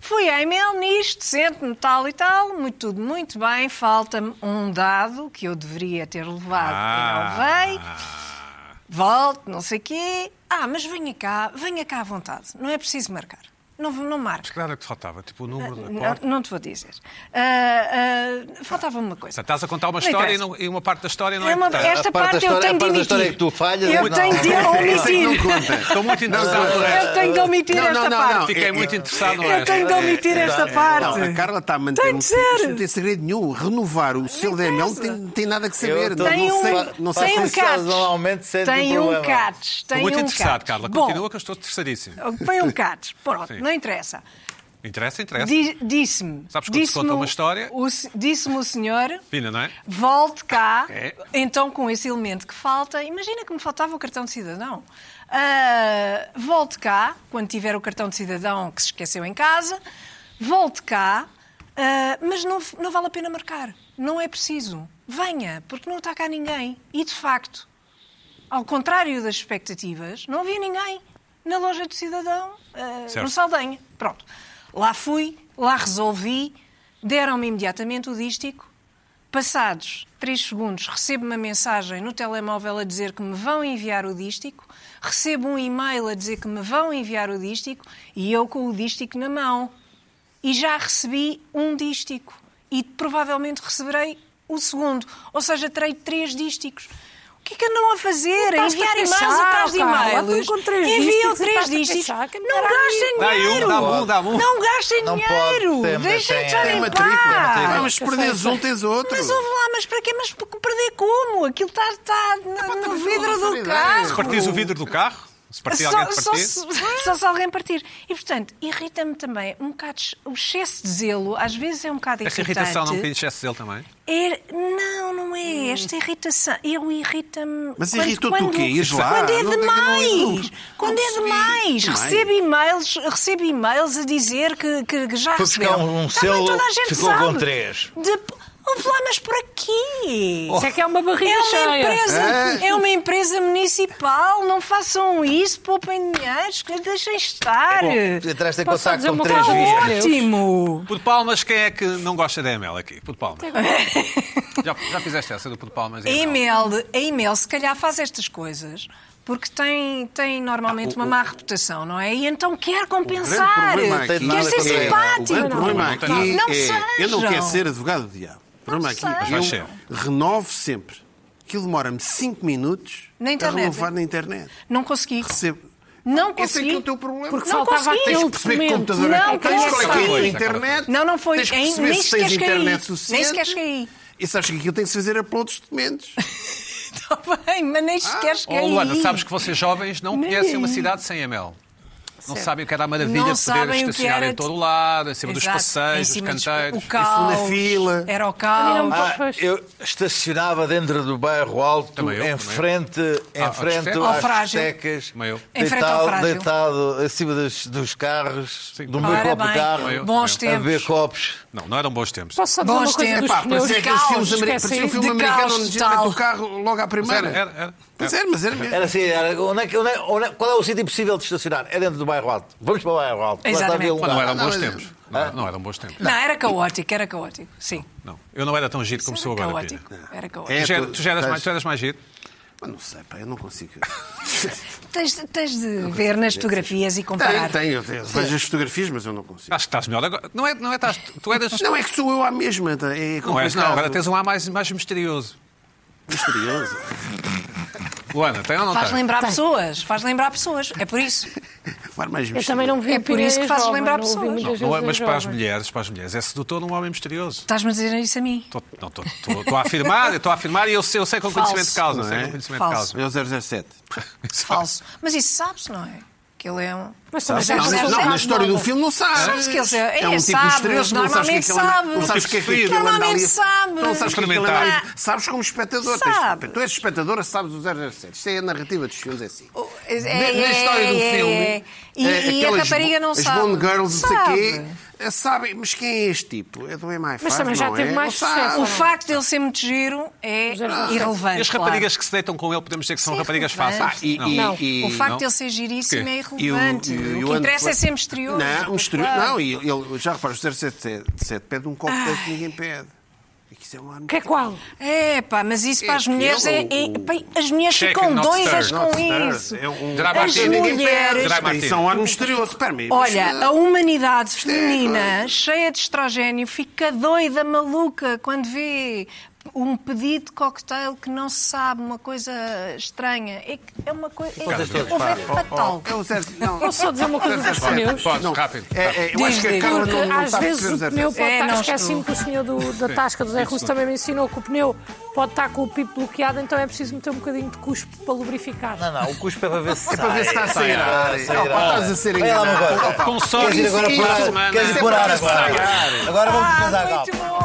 Speaker 3: Fui à e-mail nisto, sento-me tal e tal, muito, tudo muito bem, falta-me um dado que eu deveria ter levado
Speaker 1: Ah,
Speaker 3: e ah, não veio. Volto, não sei quê. Ah, mas venha cá, venha cá à vontade, não é preciso marcar. Não, não marque.
Speaker 1: Mas que nada que te faltava, tipo o número da
Speaker 3: Ah, Não,
Speaker 1: porta.
Speaker 3: não te vou dizer. Ah, ah, faltava uma coisa.
Speaker 1: Portanto, Estás a contar uma história e, não- e uma parte da história não é,
Speaker 3: É uma-
Speaker 1: importante.
Speaker 3: esta
Speaker 6: A parte
Speaker 3: parte,
Speaker 6: da
Speaker 3: eu
Speaker 6: história-
Speaker 3: tenho
Speaker 6: a parte
Speaker 3: de
Speaker 6: da história
Speaker 3: omitir.
Speaker 6: é que tu falhas,
Speaker 3: Eu
Speaker 6: não.
Speaker 3: tenho de omitir.
Speaker 2: É, Não conta.
Speaker 1: Estou muito interessado no resto.
Speaker 3: Eu tenho de omitir
Speaker 2: Não,
Speaker 3: esta
Speaker 2: não, não,
Speaker 3: parte.
Speaker 2: não.
Speaker 1: Fiquei muito interessado no
Speaker 3: Eu
Speaker 1: resto.
Speaker 3: tenho de omitir esta parte.
Speaker 2: Não, a Carla está a manter
Speaker 3: Tem
Speaker 2: um
Speaker 3: de
Speaker 2: isto não
Speaker 3: ser.
Speaker 2: tem segredo nenhum. Renovar o selo da Emel não tem, não tem nada que saber.
Speaker 6: Eu
Speaker 2: Não,
Speaker 6: tô-
Speaker 3: Tem
Speaker 2: não
Speaker 3: um,
Speaker 2: sei, não
Speaker 6: não
Speaker 2: sei é
Speaker 3: tem
Speaker 6: se
Speaker 3: um
Speaker 6: isso
Speaker 3: catch.
Speaker 6: normalmente sente
Speaker 3: tem
Speaker 6: um
Speaker 3: um
Speaker 6: problema.
Speaker 3: catch. Tem
Speaker 1: Estou muito
Speaker 3: um
Speaker 1: interessado,
Speaker 3: catch.
Speaker 1: Carla.
Speaker 3: Bom,
Speaker 1: Continua que eu estou interessadíssimo.
Speaker 3: Foi um catch. Pronto,
Speaker 1: Sim.
Speaker 3: não interessa.
Speaker 1: Interessa, interessa.
Speaker 3: Di- Disse-me.
Speaker 1: Sabes quando se
Speaker 3: disse-me
Speaker 1: conta uma
Speaker 3: o-
Speaker 1: história?
Speaker 3: o se- Disse-me o senhor.
Speaker 1: Pina, não é?
Speaker 3: Volte cá,
Speaker 1: É.
Speaker 3: então com esse elemento que falta, imagina que me faltava o cartão de cidadão. Ah, volte cá, quando tiver o cartão de cidadão que se esqueceu em casa, volte cá, ah, mas não, não vale a pena marcar, não é preciso. Venha, porque não está cá ninguém. E de facto, ao contrário das expectativas, não havia ninguém. na loja do cidadão, eh,
Speaker 1: Certo.
Speaker 3: no Saldanha. Pronto. Lá fui, lá resolvi, deram-me imediatamente o dístico. Passados três segundos, recebo uma mensagem no telemóvel a dizer que me vão enviar o dístico, recebo um e-mail a dizer que me vão enviar o dístico e eu com o dístico na mão. E já recebi um dístico e provavelmente receberei o segundo. Ou seja, terei três dísticos. O que é que andam a fazer? A
Speaker 5: Estás-te a
Speaker 3: enviar
Speaker 5: queixar,
Speaker 3: e-mails atrás de
Speaker 5: Carla.
Speaker 3: e-mails.
Speaker 5: Tu com três
Speaker 3: Enviam
Speaker 5: dísticos e
Speaker 3: três
Speaker 5: estás-te a
Speaker 3: dísticos.
Speaker 5: queixar, que
Speaker 3: Não
Speaker 5: maravilha.
Speaker 3: gastem
Speaker 1: Dá aí um,
Speaker 3: dinheiro.
Speaker 1: dá um, dá um.
Speaker 3: Não gastem
Speaker 6: Não
Speaker 3: dinheiro.
Speaker 6: pode, tem-
Speaker 3: Deixem
Speaker 6: tem-
Speaker 3: de
Speaker 6: tem
Speaker 3: em
Speaker 6: matrícula,
Speaker 3: paz.
Speaker 6: matrícula.
Speaker 2: Ah, mas se perderes um, tens outro.
Speaker 3: Mas ouve lá, mas para quê? Mas por- perder como? Aquilo está tá na- no
Speaker 2: também
Speaker 3: vidro
Speaker 2: não
Speaker 3: do
Speaker 2: faço ideia.
Speaker 3: carro.
Speaker 1: Se partires o vidro do carro, se partir alguém de
Speaker 3: só,
Speaker 1: partir...
Speaker 3: só se, só se alguém partir. E, portanto, irrita-me também um bocado o excesso de zelo. Às vezes é um bocado
Speaker 1: Esta
Speaker 3: irritante.
Speaker 1: irritação não tem excesso dele também.
Speaker 3: É- não, não é esta irritação. Eu irrita-me.
Speaker 2: Mas
Speaker 3: quando-
Speaker 2: irritou-te
Speaker 3: quando-
Speaker 2: o quê? Ias lá?
Speaker 3: Quando é
Speaker 2: Não tem- não-
Speaker 3: demais!
Speaker 2: não-
Speaker 3: Quando é
Speaker 2: não
Speaker 3: demais!
Speaker 2: percebi.
Speaker 3: Recebo e-mails, recebo e-mails a dizer que, que- que já
Speaker 6: Foi
Speaker 3: recebeu.
Speaker 6: buscar um- um
Speaker 3: Tá bem,
Speaker 6: selo,
Speaker 3: toda a gente
Speaker 6: ficou
Speaker 3: sabe.
Speaker 6: com três.
Speaker 3: De, ouve lá, mas por aqui?
Speaker 2: Oh,
Speaker 5: Isso é que é uma barriga
Speaker 3: É uma,
Speaker 5: cheia.
Speaker 3: empresa, é uma empresa municipal, não façam isso, poupem dinheiro, que- deixem estar.
Speaker 2: É
Speaker 6: Tu entraste em
Speaker 5: Posso só
Speaker 6: contato
Speaker 5: dizer
Speaker 6: com
Speaker 5: uma
Speaker 6: três
Speaker 5: coisa?
Speaker 6: vias.
Speaker 5: Deus.
Speaker 3: Ótimo!
Speaker 1: Puto Palmas, quem é que não gosta da ML aqui? Puto Palmas. já, já fizeste essa do Puto Palmas? e
Speaker 3: A
Speaker 1: ML?
Speaker 3: Imel, a Imel, se calhar faz estas coisas porque tem, tem normalmente
Speaker 1: Ah, o-
Speaker 3: uma má reputação, não é? E então quer
Speaker 2: grande
Speaker 3: compensar,
Speaker 2: problema é aqui-
Speaker 3: quer
Speaker 6: Não tem nada
Speaker 3: ser
Speaker 6: contra ela. O
Speaker 3: é simpático.
Speaker 2: O grande
Speaker 5: Não,
Speaker 2: problema
Speaker 1: não
Speaker 2: aqui
Speaker 1: tem nada.
Speaker 3: Não
Speaker 2: é. Eu não
Speaker 3: sejam.
Speaker 2: quero ser advogado do diabo. O problema aqui
Speaker 3: sejam.
Speaker 1: Mas vai
Speaker 2: eu renovo sempre. Aquilo demora-me 5 minutos
Speaker 3: Na
Speaker 2: a
Speaker 3: internet.
Speaker 2: renovar na internet.
Speaker 3: Não consegui.
Speaker 2: Recebo. Esse
Speaker 3: Não
Speaker 2: é que é o
Speaker 3: consegui.
Speaker 2: teu problema.
Speaker 5: Porque
Speaker 3: Não
Speaker 5: faltava
Speaker 3: consegui.
Speaker 5: aquele
Speaker 3: Tens
Speaker 2: que perceber que
Speaker 5: documento.
Speaker 2: computador é
Speaker 3: Não,
Speaker 2: que tens, qual é que é a tua
Speaker 1: consegui.
Speaker 2: internet.
Speaker 3: Não, não foi.
Speaker 2: Tens que
Speaker 3: Em-
Speaker 2: perceber
Speaker 3: nem
Speaker 2: se
Speaker 3: sequer
Speaker 2: tens
Speaker 3: caí.
Speaker 2: internet
Speaker 3: Nem
Speaker 2: suficiente.
Speaker 3: sequer caí.
Speaker 2: E sabes que aquilo tem que se fazer upload de documentos.
Speaker 3: Está Tá bem, mas
Speaker 2: Ah,
Speaker 3: nem sequer cheguei.
Speaker 1: Oh, Luana, sabes que vocês jovens não
Speaker 3: Nem
Speaker 1: conhecem uma
Speaker 3: aí.
Speaker 1: cidade sem ML. Não
Speaker 5: Certo.
Speaker 1: sabem o que era a maravilha
Speaker 3: Não
Speaker 1: de poder
Speaker 3: sabem o que
Speaker 1: estacionar
Speaker 3: era
Speaker 1: em
Speaker 3: de-
Speaker 1: todo o lado, em cima dos
Speaker 3: Exato, em
Speaker 1: passeios, dos
Speaker 3: cima dos-
Speaker 1: canteiros.
Speaker 3: O caos.
Speaker 2: fila.
Speaker 3: Era o
Speaker 5: A mim não
Speaker 3: caos.
Speaker 5: me
Speaker 6: Ah,
Speaker 5: Pois.
Speaker 6: eu estacionava dentro do bairro alto,
Speaker 1: Também eu,
Speaker 6: em
Speaker 1: também.
Speaker 6: frente, em
Speaker 1: Ah,
Speaker 6: frente
Speaker 1: ao
Speaker 6: às
Speaker 3: frágil.
Speaker 6: estecas,
Speaker 1: Também eu.
Speaker 3: Em frente ao
Speaker 6: deitado,
Speaker 3: frágil.
Speaker 6: deitado acima dos, dos carros, do meu
Speaker 3: Ora
Speaker 6: próprio
Speaker 3: bem,
Speaker 6: carro,
Speaker 1: eu-
Speaker 3: bons
Speaker 1: eu-
Speaker 6: a
Speaker 3: tempos.
Speaker 6: beber copos.
Speaker 1: Não, não eram bons tempos.
Speaker 5: Posso só dizer
Speaker 3: Bons
Speaker 5: uma coisa
Speaker 3: tempos.
Speaker 5: dos é
Speaker 2: Pá,
Speaker 5: pneus?
Speaker 2: parecia aqueles filmes
Speaker 5: Esquece
Speaker 2: americanos. Parecia um
Speaker 5: isso.
Speaker 2: filme
Speaker 3: De
Speaker 2: americano
Speaker 3: caos
Speaker 2: onde gente mete
Speaker 3: total.
Speaker 2: o carro logo à primeira.
Speaker 1: Era, era, era.
Speaker 2: Pois era, mas era mesmo.
Speaker 6: Era assim, era, onde é que- onde é- onde é- qual é o sítio possível de estacionar? É dentro do bairro alto. Vamos para o bairro alto. Lá está a
Speaker 3: Exatamente.
Speaker 6: ver um
Speaker 1: Mas não
Speaker 6: lugar.
Speaker 1: eram bons
Speaker 2: não, não. Ah.
Speaker 1: tempos. Não, não eram bons tempos.
Speaker 3: Não, era caótico, era caótico. Sim.
Speaker 1: Não. Eu não era tão giro como sou
Speaker 3: Era
Speaker 1: agora. Pina.
Speaker 3: é caótico. Era caótico.
Speaker 1: Tu
Speaker 2: É,
Speaker 1: gera-
Speaker 2: tu-
Speaker 1: tu, geras
Speaker 2: tens-
Speaker 1: mais, tu eras mais giro.
Speaker 2: Mas não sei, pá, eu não consigo.
Speaker 3: Tens, tens de ver nas fotografias e
Speaker 2: tenho,
Speaker 3: comparar.
Speaker 2: tenho, eu tenho. Vejo as fotografias, mas eu não consigo.
Speaker 1: Acho que estás melhor agora. Não é, não é estás, tu eras.
Speaker 2: Não, é que sou eu à mesma. tá? É
Speaker 1: Não és, não. Agora
Speaker 2: complicado.
Speaker 1: tens um ar mais, mais misterioso.
Speaker 2: Misterioso.
Speaker 1: Luana, tem ou não
Speaker 3: Faz
Speaker 1: tem?
Speaker 3: lembrar pessoas, faz lembrar pessoas, é por isso.
Speaker 2: Um ar mais
Speaker 5: Eu também não vi
Speaker 3: É por isso que faz lembrar pessoas.
Speaker 1: Não, não é- mas para as mulheres, para as mulheres, é sedutor um homem misterioso.
Speaker 3: Estás-me a dizer isso a mim?
Speaker 1: Estou- não, estou- Estou estou a afirmar, eu estou a afirmar e eu sei, eu sei com
Speaker 3: Falso.
Speaker 1: conhecimento de causa.
Speaker 2: Não
Speaker 1: sei
Speaker 2: é?
Speaker 1: com conhecimento de
Speaker 3: Falso.
Speaker 1: causa.
Speaker 2: É o 007.
Speaker 3: Falso. Mas isso sabes, não é? Que ele é um.
Speaker 5: Mas também
Speaker 3: Não,
Speaker 5: sabes
Speaker 2: Não,
Speaker 5: que
Speaker 3: mas
Speaker 5: eu
Speaker 2: não,
Speaker 5: sou
Speaker 2: na
Speaker 5: mais
Speaker 2: história do
Speaker 5: nova.
Speaker 2: filme não sabes.
Speaker 3: Sabes que ele é-
Speaker 2: um
Speaker 3: é,
Speaker 2: tipo
Speaker 3: sabes,
Speaker 2: misterioso, não sabes o que é que ele-
Speaker 3: normalmente
Speaker 2: Não sabes o que é que ele anda ali-
Speaker 3: Normalmente sabes.
Speaker 2: Não sabes o que é que ele anda ali-
Speaker 3: Experimentar.
Speaker 2: Sabes como espectador. tens-
Speaker 3: Sabe.
Speaker 2: Tu és espectadora, sabes o 007. Isto é a narrativa dos filmes, é assim.
Speaker 3: É,
Speaker 2: Na- na história do
Speaker 3: é, é, é.
Speaker 2: filme.
Speaker 3: E,
Speaker 2: é,
Speaker 3: e a
Speaker 2: aquelas
Speaker 3: rapariga não
Speaker 2: as
Speaker 3: sabe.
Speaker 2: Bond Girls, não sei
Speaker 3: Sabe.
Speaker 2: quê, é, sabem, mas quem é este tipo? É do MI5.
Speaker 5: Mas também já
Speaker 2: não
Speaker 5: teve
Speaker 2: é?
Speaker 5: mais
Speaker 2: Não
Speaker 5: sucesso.
Speaker 2: sabe.
Speaker 3: O facto de ele ser muito giro é
Speaker 5: Ah.
Speaker 3: irrelevante.
Speaker 1: E as
Speaker 3: claro.
Speaker 1: raparigas que se deitam com ele, podemos dizer que são
Speaker 3: Sim,
Speaker 1: raparigas
Speaker 3: relevante.
Speaker 1: fáceis.
Speaker 2: Ah, e-
Speaker 5: Não.
Speaker 2: e-
Speaker 3: O facto
Speaker 1: não?
Speaker 3: de ele ser giríssimo
Speaker 1: Porquê?
Speaker 3: é
Speaker 2: E o-
Speaker 3: irrelevante.
Speaker 2: e
Speaker 3: O,
Speaker 2: e
Speaker 3: que
Speaker 2: Andy
Speaker 3: interessa é
Speaker 2: Fleck-
Speaker 3: ser misterioso.
Speaker 2: Não, misterioso.
Speaker 3: Claro.
Speaker 2: Não, e ele, ele- já reparas, o 077 pede um cocktail que ninguém pede. E que isso é um ar
Speaker 5: Que é qual?
Speaker 3: É pá, mas isso para as
Speaker 2: Este,
Speaker 3: mulheres é.
Speaker 2: ele,
Speaker 3: é-
Speaker 2: o-
Speaker 3: pá, as mulheres
Speaker 1: Shaken,
Speaker 3: ficam
Speaker 1: not
Speaker 3: doidas
Speaker 1: stirred.
Speaker 3: com
Speaker 2: Not stirred.
Speaker 3: isso.
Speaker 2: É um-
Speaker 1: Dry
Speaker 3: As
Speaker 1: martini.
Speaker 2: Ninguém
Speaker 3: mulheres-
Speaker 2: pede.
Speaker 1: Dry
Speaker 2: Espera, Isso é um ar misterioso. Espera aí, mas-
Speaker 3: Olha, a humanidade
Speaker 2: é
Speaker 3: feminina,
Speaker 2: coisa.
Speaker 3: cheia de estrogênio, fica doida, maluca, quando vê um pedido de cocktail que não se sabe, uma coisa estranha. É, que é uma coisa. É,
Speaker 6: Vocês todos,
Speaker 3: ouve, é
Speaker 6: pá.
Speaker 3: fatal.
Speaker 2: É o 0. Não.
Speaker 5: Posso só dizer uma coisa dos pneus?
Speaker 1: Pode, rápido.
Speaker 2: É, é, eu
Speaker 3: Diz,
Speaker 2: acho que a
Speaker 3: diz.
Speaker 2: Carla
Speaker 5: Porque
Speaker 2: não, não
Speaker 5: às
Speaker 2: está a
Speaker 5: vezes
Speaker 2: perceber
Speaker 5: o pneu
Speaker 2: 007.
Speaker 5: pode
Speaker 3: É,
Speaker 5: estar.
Speaker 3: não
Speaker 5: Esquece-me que o senhor do- da tasca do Zé Russo também me ensinou que o pneu pode estar com o pipo bloqueado, então é preciso meter um bocadinho de cuspo para lubrificar.
Speaker 6: Não, não, o cuspe é para ver se
Speaker 2: É para ver se está a
Speaker 1: Sai,
Speaker 2: sair ar.
Speaker 6: sai,
Speaker 2: Não, pá,
Speaker 6: sai.
Speaker 2: Estás a ser
Speaker 6: Olha ah, lá uma
Speaker 2: enganado. é
Speaker 6: coisa.
Speaker 2: Opa,
Speaker 1: Com sorte,
Speaker 6: Queres ir
Speaker 1: isso,
Speaker 6: agora
Speaker 1: isso,
Speaker 6: por ar?
Speaker 1: semana.
Speaker 6: Queres ir
Speaker 1: Isso é
Speaker 6: por
Speaker 1: para
Speaker 6: ar
Speaker 1: pensar.
Speaker 6: agora? Agora vamos
Speaker 3: Ah,
Speaker 6: pensar,
Speaker 3: muito
Speaker 6: calma.
Speaker 3: bom.